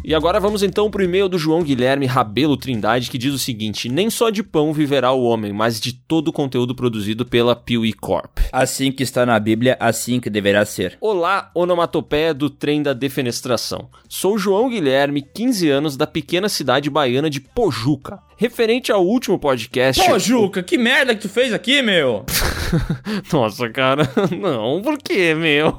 S4: E agora vamos então pro e-mail do João Guilherme Rabelo Trindade, que diz o seguinte: Nem só de pão viverá o homem, mas de todo o conteúdo produzido pela Pew Corp.
S3: Assim que está na Bíblia, assim que deverá ser.
S4: Olá, onomatopeia do trem da defenestração. Sou João Guilherme, 15 anos, da pequena cidade baiana de Pojuca. Referente ao último podcast.
S3: Pô, Juca, que merda que tu fez aqui, meu?
S4: Nossa, cara, não, por quê, meu?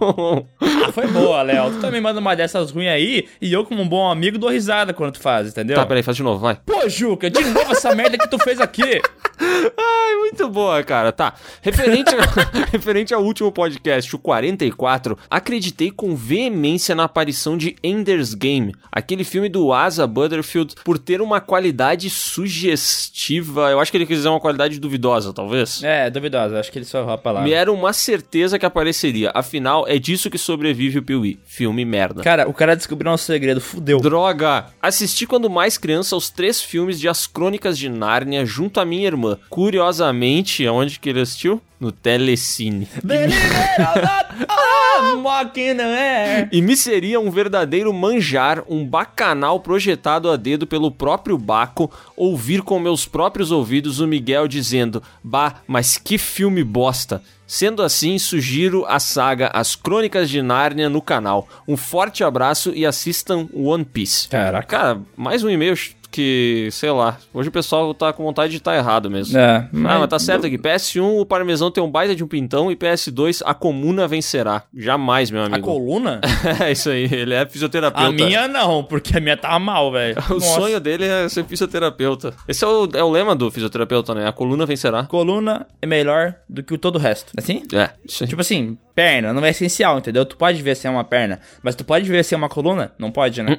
S3: Ah, foi boa, Léo. Tu também manda uma dessas ruins aí e eu, como um bom amigo, dou risada quando tu faz, entendeu?
S4: Tá, peraí, faz de novo, vai.
S3: Pô, Juca, de novo essa merda que tu fez aqui.
S4: Ai, muito boa, cara. Tá. Referente, referente ao último podcast, o 44, acreditei com veemência na aparição de Ender's Game, aquele filme do Asa Butterfield, por ter uma qualidade sugestiva. Eu acho que ele quis dizer uma qualidade duvidosa, talvez.
S3: É, duvidosa, acho que ele só errou a palavra.
S4: Me era uma certeza que apareceria. Afinal, é disso que sobrevive o Piuí. Filme merda.
S3: Cara, o cara descobriu nosso segredo, fudeu.
S4: Droga! Assisti quando mais criança aos três filmes de As Crônicas de Nárnia junto à minha irmã aula. Curiosamente, aonde que ele assistiu? No Telecine.
S3: é.
S4: E me seria um verdadeiro manjar, um bacanal projetado a dedo pelo próprio Baco, ouvir com meus próprios ouvidos o Miguel dizendo: Bah, mas que filme bosta. Sendo assim, sugiro a saga As Crônicas de Nárnia no canal. Um forte abraço e assistam One Piece.
S3: Caraca.
S4: Cara, mais um e-mail que, sei lá, hoje o pessoal tá com vontade de estar errado mesmo.
S3: É,
S4: Ah,
S3: mas-
S4: mas, tá certo aqui. PS1, o parmesão tem um baita de um pintão e PS2, a comuna vencerá. Jamais, meu amigo.
S3: coluna?
S4: é isso aí, ele é fisioterapeuta.
S3: A minha não, porque a minha tava mal, velho.
S4: O
S3: Nossa.
S4: sonho dele é ser fisioterapeuta. Esse é o, é o lema do fisioterapeuta, né? A coluna vencerá.
S3: Coluna é melhor do que o todo o resto. Assim?
S4: É, isso aí.
S3: Tipo assim, perna não é essencial, entendeu? Tu pode ver se é uma perna, mas tu pode ver se é uma coluna? Não pode, né?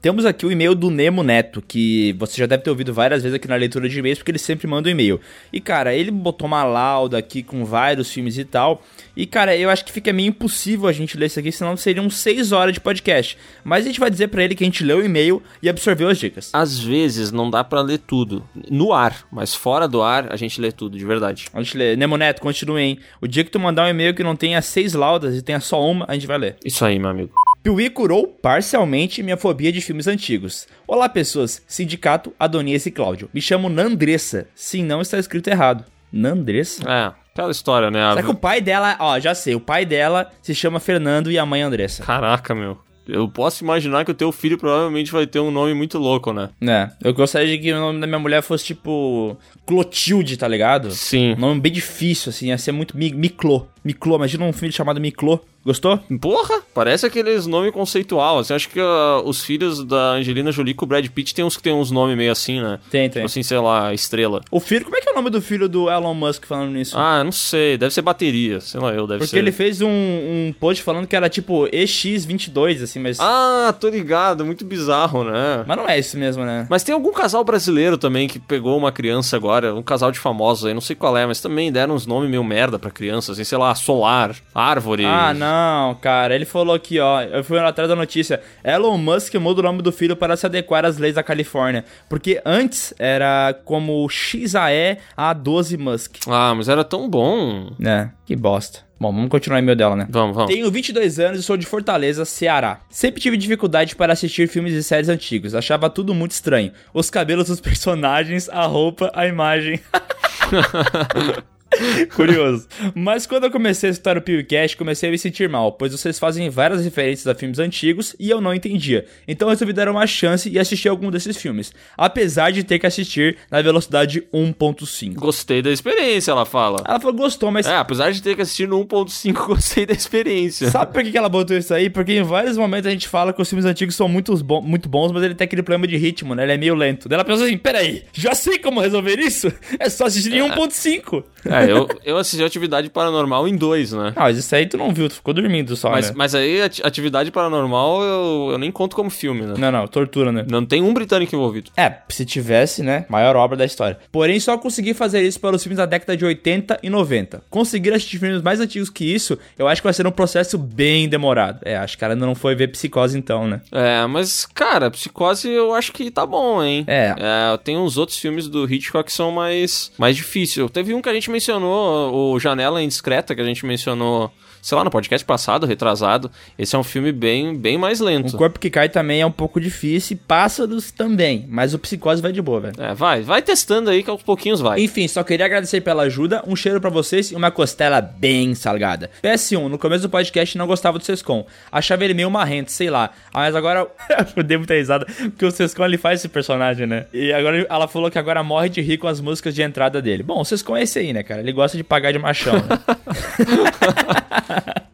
S3: Temos aqui o e-mail do Nemo Neto, que você já deve ter ouvido várias vezes aqui na leitura de e-mails, porque ele sempre manda um e-mail. E, cara, ele botou uma lauda aqui com vários filmes e tal. E, cara, eu acho que fica meio impossível a gente ler isso aqui, senão seriam 6 horas de podcast. Mas a gente vai dizer pra ele que a gente leu o e-mail e absorveu as dicas.
S4: Às vezes não dá pra ler tudo. No ar, mas fora do ar, a gente lê tudo, de verdade.
S3: A gente lê. Nemo Neto, continue, hein? O dia que tu mandar um e-mail que não tenha seis laudas e tenha só uma, a gente vai ler.
S4: Isso aí, meu amigo.
S3: Piuí curou parcialmente minha fobia de filmes antigos. Olá, pessoas. Sindicato, Adonias e Cláudio. Me chamo Nandressa. Sim, não está escrito errado. Nandressa?
S4: É, aquela história, né? A-
S3: Será que o pai dela... Ó, já sei. O pai dela se chama Fernando e a mãe é Andressa.
S4: Caraca, meu. Eu posso imaginar que o teu filho provavelmente vai ter um nome muito louco, né?
S3: É, eu gostaria de que o nome da minha mulher fosse tipo Clotilde, tá ligado?
S4: Sim.
S3: Um nome bem difícil, assim, ia ser muito Mi- Miclô. Miclô, imagina um filho chamado Miclô. Gostou?
S4: Porra! Parece aqueles nome conceitual, assim. Acho que ah, os filhos da Angelina Jolie com o Brad Pitt tem uns que tem uns nomes meio assim, né?
S3: Tem, tem.
S4: Tipo assim, sei lá, estrela.
S3: O filho, como é que é o nome do filho do Elon Musk falando nisso?
S4: Ah, não sei. Deve ser bateria. Sei lá, eu deve
S3: Porque
S4: ser.
S3: ele fez um, um post falando que era tipo EX22, assim, mas.
S4: Ah, tô ligado. Muito bizarro, né?
S3: Mas não é isso mesmo, né?
S4: Mas tem algum casal brasileiro também que pegou uma criança agora, um casal de famosos aí, não sei qual é, mas também deram uns nomes meio merda pra criança, assim, sei lá, solar, árvore.
S3: Ah, não, cara. Ele falou aqui, ó. Eu fui atrás da notícia. Elon Musk muda o nome do filho para se adequar às leis da Califórnia. Porque antes era como XAE A12 Musk.
S4: Ah, mas era tão bom.
S3: Né? Que bosta. Bom, vamos continuar o e-mail dela, né?
S4: Vamos, vamos.
S3: Tenho 22 anos e sou de Fortaleza, Ceará. Sempre tive dificuldade para assistir filmes e séries antigos. Achava tudo muito estranho. Os cabelos dos personagens, a roupa, a imagem. Curioso. Mas quando eu comecei a escutar o PewCast, comecei a me sentir mal, pois vocês fazem várias referências a filmes antigos e eu não entendia. Então resolvi dar uma chance e assistir algum desses filmes, apesar de ter que assistir na velocidade 1.5.
S4: Gostei da experiência, ela fala.
S3: Ela falou, gostou, Ah, mas
S4: É, apesar de ter que assistir no 1.5, gostei da experiência.
S3: Sabe por que que ela botou isso aí? Porque em vários momentos a gente fala que os filmes antigos são muito, bo- muito bons, mas ele tem aquele problema de ritmo, né? Ele é meio lento. Daí ela pensa assim, peraí, já sei como resolver isso? É só assistir em 1.5.
S4: É, eu, eu assisti Atividade Paranormal em dois, né?
S3: Ah, mas isso aí tu não viu, tu ficou dormindo só,
S4: Mas,
S3: né?
S4: mas aí, ati- Atividade Paranormal, eu, eu nem conto como filme, né?
S3: Não, não, tortura, né?
S4: Não tem um britânico envolvido.
S3: É, se tivesse, né? Maior obra da história. Porém, só consegui fazer isso para os filmes da década de 80 e 90. Conseguir assistir filmes mais antigos que isso, eu acho que vai ser um processo bem demorado. É, acho que ela ainda não foi ver Psicose então, né?
S4: É, mas, cara, Psicose eu acho que tá bom, hein?
S3: É.
S4: tem uns outros filmes do Hitchcock que são mais, mais difíceis. Teve um que a gente mencionou, o Janela Indiscreta, que a gente mencionou, sei lá, no podcast passado, retrasado. Esse é um filme bem, bem mais
S3: O
S4: lento.
S3: corpo que cai também é um pouco difícil, e pássaros também, mas o psicose vai de boa, velho.
S4: É, vai, vai testando aí que aos pouquinhos vai.
S3: Enfim, só queria agradecer pela ajuda, um cheiro pra vocês e uma costela bem salgada. PS1, no começo do podcast não gostava do Sescon. Achava ele meio marrento, sei lá. Ah, Mas agora. eu dei muita risada, porque o Sescon ele faz esse personagem, né? E agora ela falou que agora morre de rir com as músicas de entrada dele. Bom, o Sescon é esse aí, né, cara? Ele gosta de pagar de machão, né?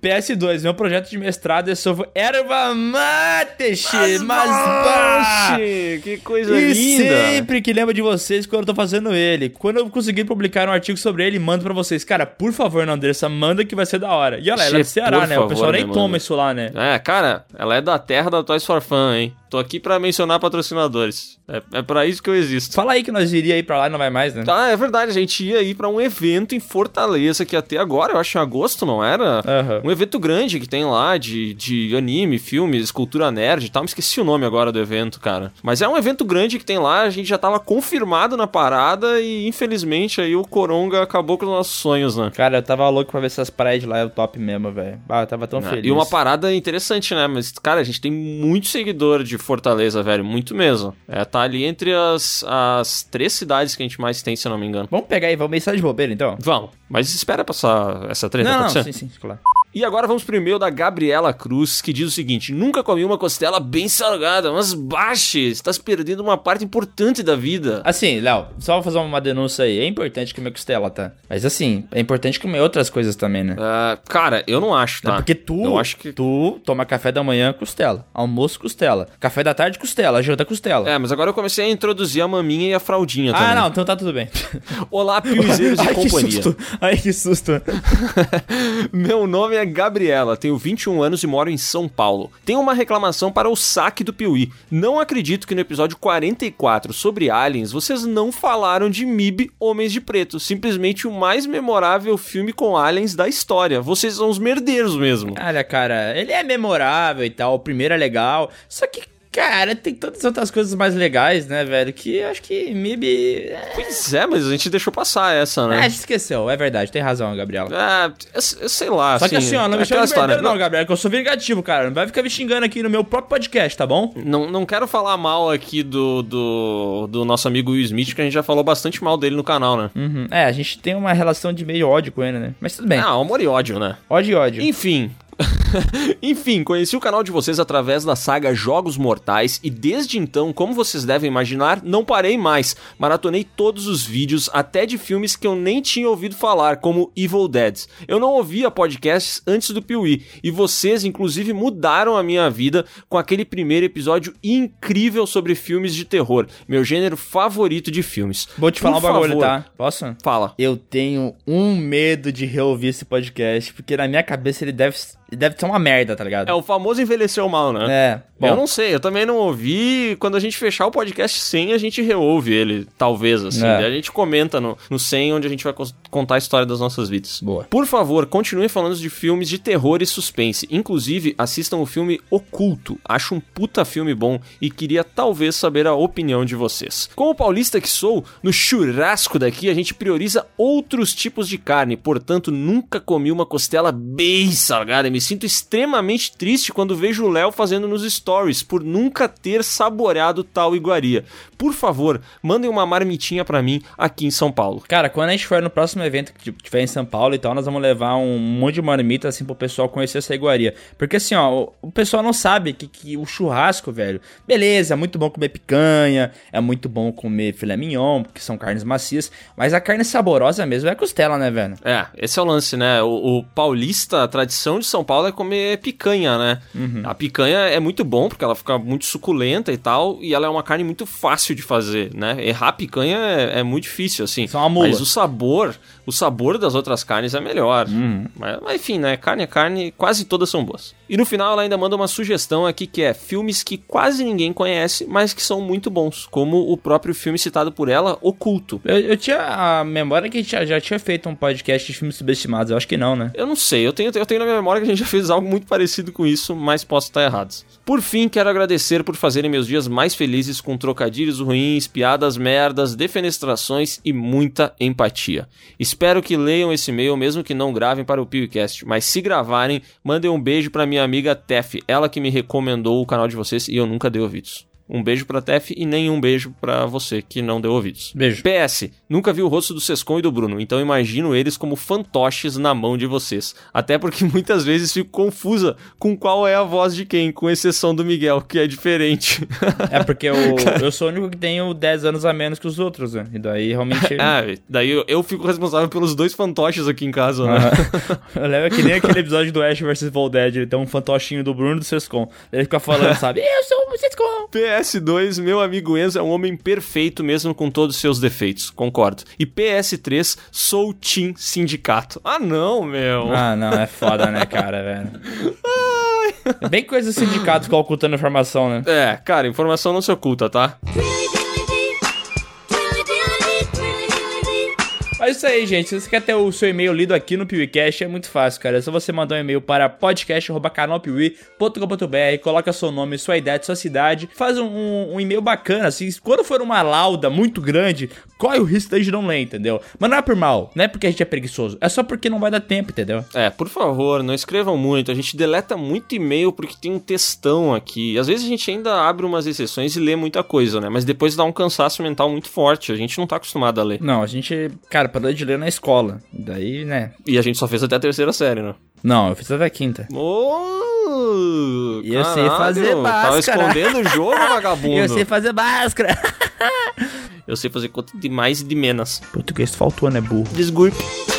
S3: PS2, meu projeto de mestrado é sobre erva mate, che, mas bah!
S4: que coisa
S3: e
S4: linda!
S3: sempre que lembro de vocês quando eu tô fazendo ele. Quando eu conseguir publicar um artigo sobre ele, mando pra vocês. Cara, por favor, Andressa, manda que vai ser da hora. E olha, ela é do
S4: Che,
S3: Ceará,
S4: por
S3: né? o
S4: favor,
S3: pessoal nem
S4: né,
S3: toma
S4: mano?
S3: isso lá, né?
S4: É, cara, ela é da terra da Toys for Fan, hein? Tô aqui pra mencionar patrocinadores. É, é para isso que eu existo.
S3: Fala aí que nós iria ir pra lá e não vai mais, né?
S4: Ah, é verdade, a gente ia ir pra um evento em Fortaleza, que até agora, eu acho em agosto, não era?
S3: Aham.
S4: Um evento grande que tem lá de, de anime, filmes, cultura nerd e tal. Me esqueci o nome agora do evento, cara. Mas é um evento grande que tem lá, a gente já tava confirmado na parada e infelizmente aí o Coronga acabou com os nossos sonhos, né?
S3: Cara, eu tava louco pra ver essas paredes lá, é o top mesmo, velho. Ah, eu tava tão
S4: né?
S3: feliz.
S4: E uma parada interessante, né? Mas, cara, a gente tem muito seguidor de Fortaleza, velho. Muito mesmo. É, tá ali entre as, as três cidades que a gente mais tem, se eu não me engano.
S3: Vamos pegar aí, vamos mensagem de bobeira, então?
S4: Vamos. Mas espera passar essa treta
S3: Não, não,
S4: acontecer.
S3: sim, sim, claro.
S4: E agora vamos pro e-mail da Gabriela Cruz, que diz o seguinte: Nunca comi uma costela bem salgada, mas baixe, está se perdendo uma parte importante da vida.
S3: Assim, Léo, só vou fazer uma denúncia aí. É importante comer costela, tá? Mas assim, é importante comer outras coisas também, né?
S4: Ah, cara, eu não acho, tá?
S3: É porque tu,
S4: Eu acho que-
S3: tu toma café da manhã costela, almoço costela, café da tarde costela, janta costela.
S4: É, mas agora eu comecei a introduzir a maminha e a fraldinha também.
S3: ah, não, então tá tudo bem.
S4: Olá, piuzeiros e
S3: Ai, que
S4: companhia.
S3: susto. Ai, que susto.
S4: Meu nome é Gabriela, tenho 21 anos e moro em São Paulo. Tenho uma reclamação para o saque do Piuí. Não acredito que no episódio 44 sobre aliens vocês não falaram de MIB Homens de Preto, simplesmente o mais memorável filme com aliens da história. Vocês são os merdeiros mesmo.
S3: Olha, cara, ele é memorável e tal, o primeiro é legal, só que, cara, tem tantas outras coisas mais legais, né, velho, que eu acho que MIB... é,
S4: Pois é, mas a gente deixou passar essa,
S3: Ah, a
S4: né?
S3: gente esqueceu, é verdade, tem razão, Gabriela.
S4: Ah, eu, eu sei lá.
S3: Só que assim, ó, não me
S4: aquela
S3: chama de
S4: história.
S3: perder, não, Gabriel, que eu sou vingativo, cara. Não vai ficar me xingando aqui no meu próprio podcast, tá bom?
S4: Não, não quero falar mal aqui do, do, do nosso amigo Will Smith, que a gente já falou bastante mal dele no canal, né?
S3: Uhum. É, a gente tem uma relação de meio ódio com ele, né? Mas tudo bem.
S4: Ah, amor e ódio, né?
S3: Ódio e ódio.
S4: Enfim. Enfim, conheci o canal de vocês através da saga Jogos Mortais e desde então, como vocês devem imaginar, não parei mais. Maratonei todos os vídeos, até de filmes que eu nem tinha ouvido falar, como Evil Dead. Eu não ouvia podcasts antes do Piuí e vocês, inclusive, mudaram a minha vida com aquele primeiro episódio incrível sobre filmes de terror, meu gênero favorito de filmes.
S3: Vou te falar
S4: Por
S3: um bagulho,
S4: favor,
S3: tá? Posso?
S4: Fala.
S3: Eu tenho um medo de reouvir esse podcast, porque na minha cabeça ele deve, ele deve ser uma merda, tá ligado?
S4: É o famoso envelheceu mal, né?
S3: É, bom.
S4: Eu não sei, eu também não ouvi. Quando a gente fechar o podcast 100, a gente reouve ele, talvez, assim.
S3: É.
S4: Daí A gente comenta no, no 100, onde a gente vai cons- contar a história das nossas vidas.
S3: Boa.
S4: Por favor, continuem falando de filmes de terror e suspense. Inclusive, assistam o filme Oculto. Acho um puta filme bom e queria talvez saber a opinião de vocês. Como paulista que sou, no churrasco daqui a gente prioriza outros tipos de carne, portanto nunca comi uma costela bem salgada. Me sinto extremamente triste quando vejo o Léo fazendo nos stories por nunca ter saboreado tal iguaria. Por favor, mandem uma marmitinha pra mim aqui em São Paulo.
S3: Cara, quando a gente for no próximo evento que tipo, tiver em São Paulo e tal, nós vamos levar um monte de marmita, assim, pro pessoal conhecer essa iguaria. Porque, assim, ó, o- o pessoal não sabe que, que o churrasco, velho, beleza, é muito bom comer picanha, é muito bom comer filé mignon, porque são carnes macias, mas a carne saborosa mesmo é a costela, né, velho?
S4: É, esse é o lance, né? O, o paulista, a tradição de São Paulo é comer picanha, né?
S3: Uhum.
S4: A picanha é muito bom porque ela fica muito suculenta e tal, e ela é uma carne muito fácil de fazer, né? Errar a picanha é, é muito difícil, assim.
S3: Só uma mula.
S4: Mas o sabor, o sabor das outras carnes é melhor.
S3: Uhum.
S4: Mas, mas enfim, né? Carne é carne, quase todas são boas. E no final ela ainda manda uma sugestão aqui que é filmes que quase ninguém conhece, mas que são muito bons, como o próprio filme citado por ela, Oculto.
S3: Eu, eu tinha a memória que a gente já, já tinha feito um podcast de filmes subestimados, eu acho que não, né?
S4: Eu não sei, eu tenho, eu tenho na minha memória que a gente já fez algo muito parecido com isso, mas posso estar errado. Por fim, quero agradecer por fazerem meus dias mais felizes com trocadilhos ruins, piadas merdas, defenestrações e muita empatia. Espero que leiam esse e-mail, mesmo que não gravem para o PewCast, mas se gravarem, mandem um beijo para minha amiga Tef, ela que me recomendou o canal de vocês e eu nunca dei ouvidos. Um beijo pra Tef e nenhum beijo pra você que não deu ouvidos.
S3: Beijo.
S4: PS, nunca vi o rosto do Sescon e do Bruno, então imagino eles como fantoches na mão de vocês. Até porque muitas vezes fico confusa com qual é a voz de quem, com exceção do Miguel, que é diferente.
S3: É porque eu, eu sou o único que tenho 10 anos a menos que os outros, né? E daí realmente.
S4: ah, daí eu, eu fico responsável pelos dois fantoches aqui em casa, né?
S3: Aham. Eu lembro que nem aquele episódio do Ash vs Voldad, ele tem um fantochinho do Bruno e do Sescon. Ele fica falando, sabe? Eu sou o Sescon!
S4: PS2, meu amigo Enzo é um homem perfeito mesmo com todos os seus defeitos, concordo. E PS3, sou Team Sindicato. Ah, não, meu.
S3: Ah, não, é foda, né, cara, velho? É Bem coisa do sindicato ficar ocultando informação, né?
S4: É, cara, informação não se oculta, tá?
S3: Mas isso isso aí, gente. Se você quer ter o seu e-mail lido aqui no PeeWeeCast, é muito fácil, cara. É só você mandar um e-mail para podcast.canalpiuí.com.br, coloca seu nome, sua idade, sua cidade, faz um, um- um e-mail bacana, assim. Quando for uma lauda muito grande, corre o risco da gente não ler, entendeu? Mas não é por mal, não é porque a gente é preguiçoso, é só porque não vai dar tempo, entendeu?
S4: É, por favor, não escrevam muito. A gente deleta muito e-mail porque tem um textão aqui. E Às vezes a gente ainda abre umas exceções e lê muita coisa, né? Mas depois dá um cansaço mental muito forte. A gente não tá acostumado a ler.
S3: Não, a gente, cara, parou de ler na escola. Daí, né?
S4: E a gente só fez até a terceira série, né?
S3: Não, eu fiz até a quinta.
S4: Oh,
S3: E eu sei fazer
S4: Tava
S3: máscara.
S4: escondendo o jogo, vagabundo.
S3: Eu sei fazer máscara.
S4: Eu sei fazer conta de mais e de menos.
S3: Português faltou, né, burro?
S4: Desculpe.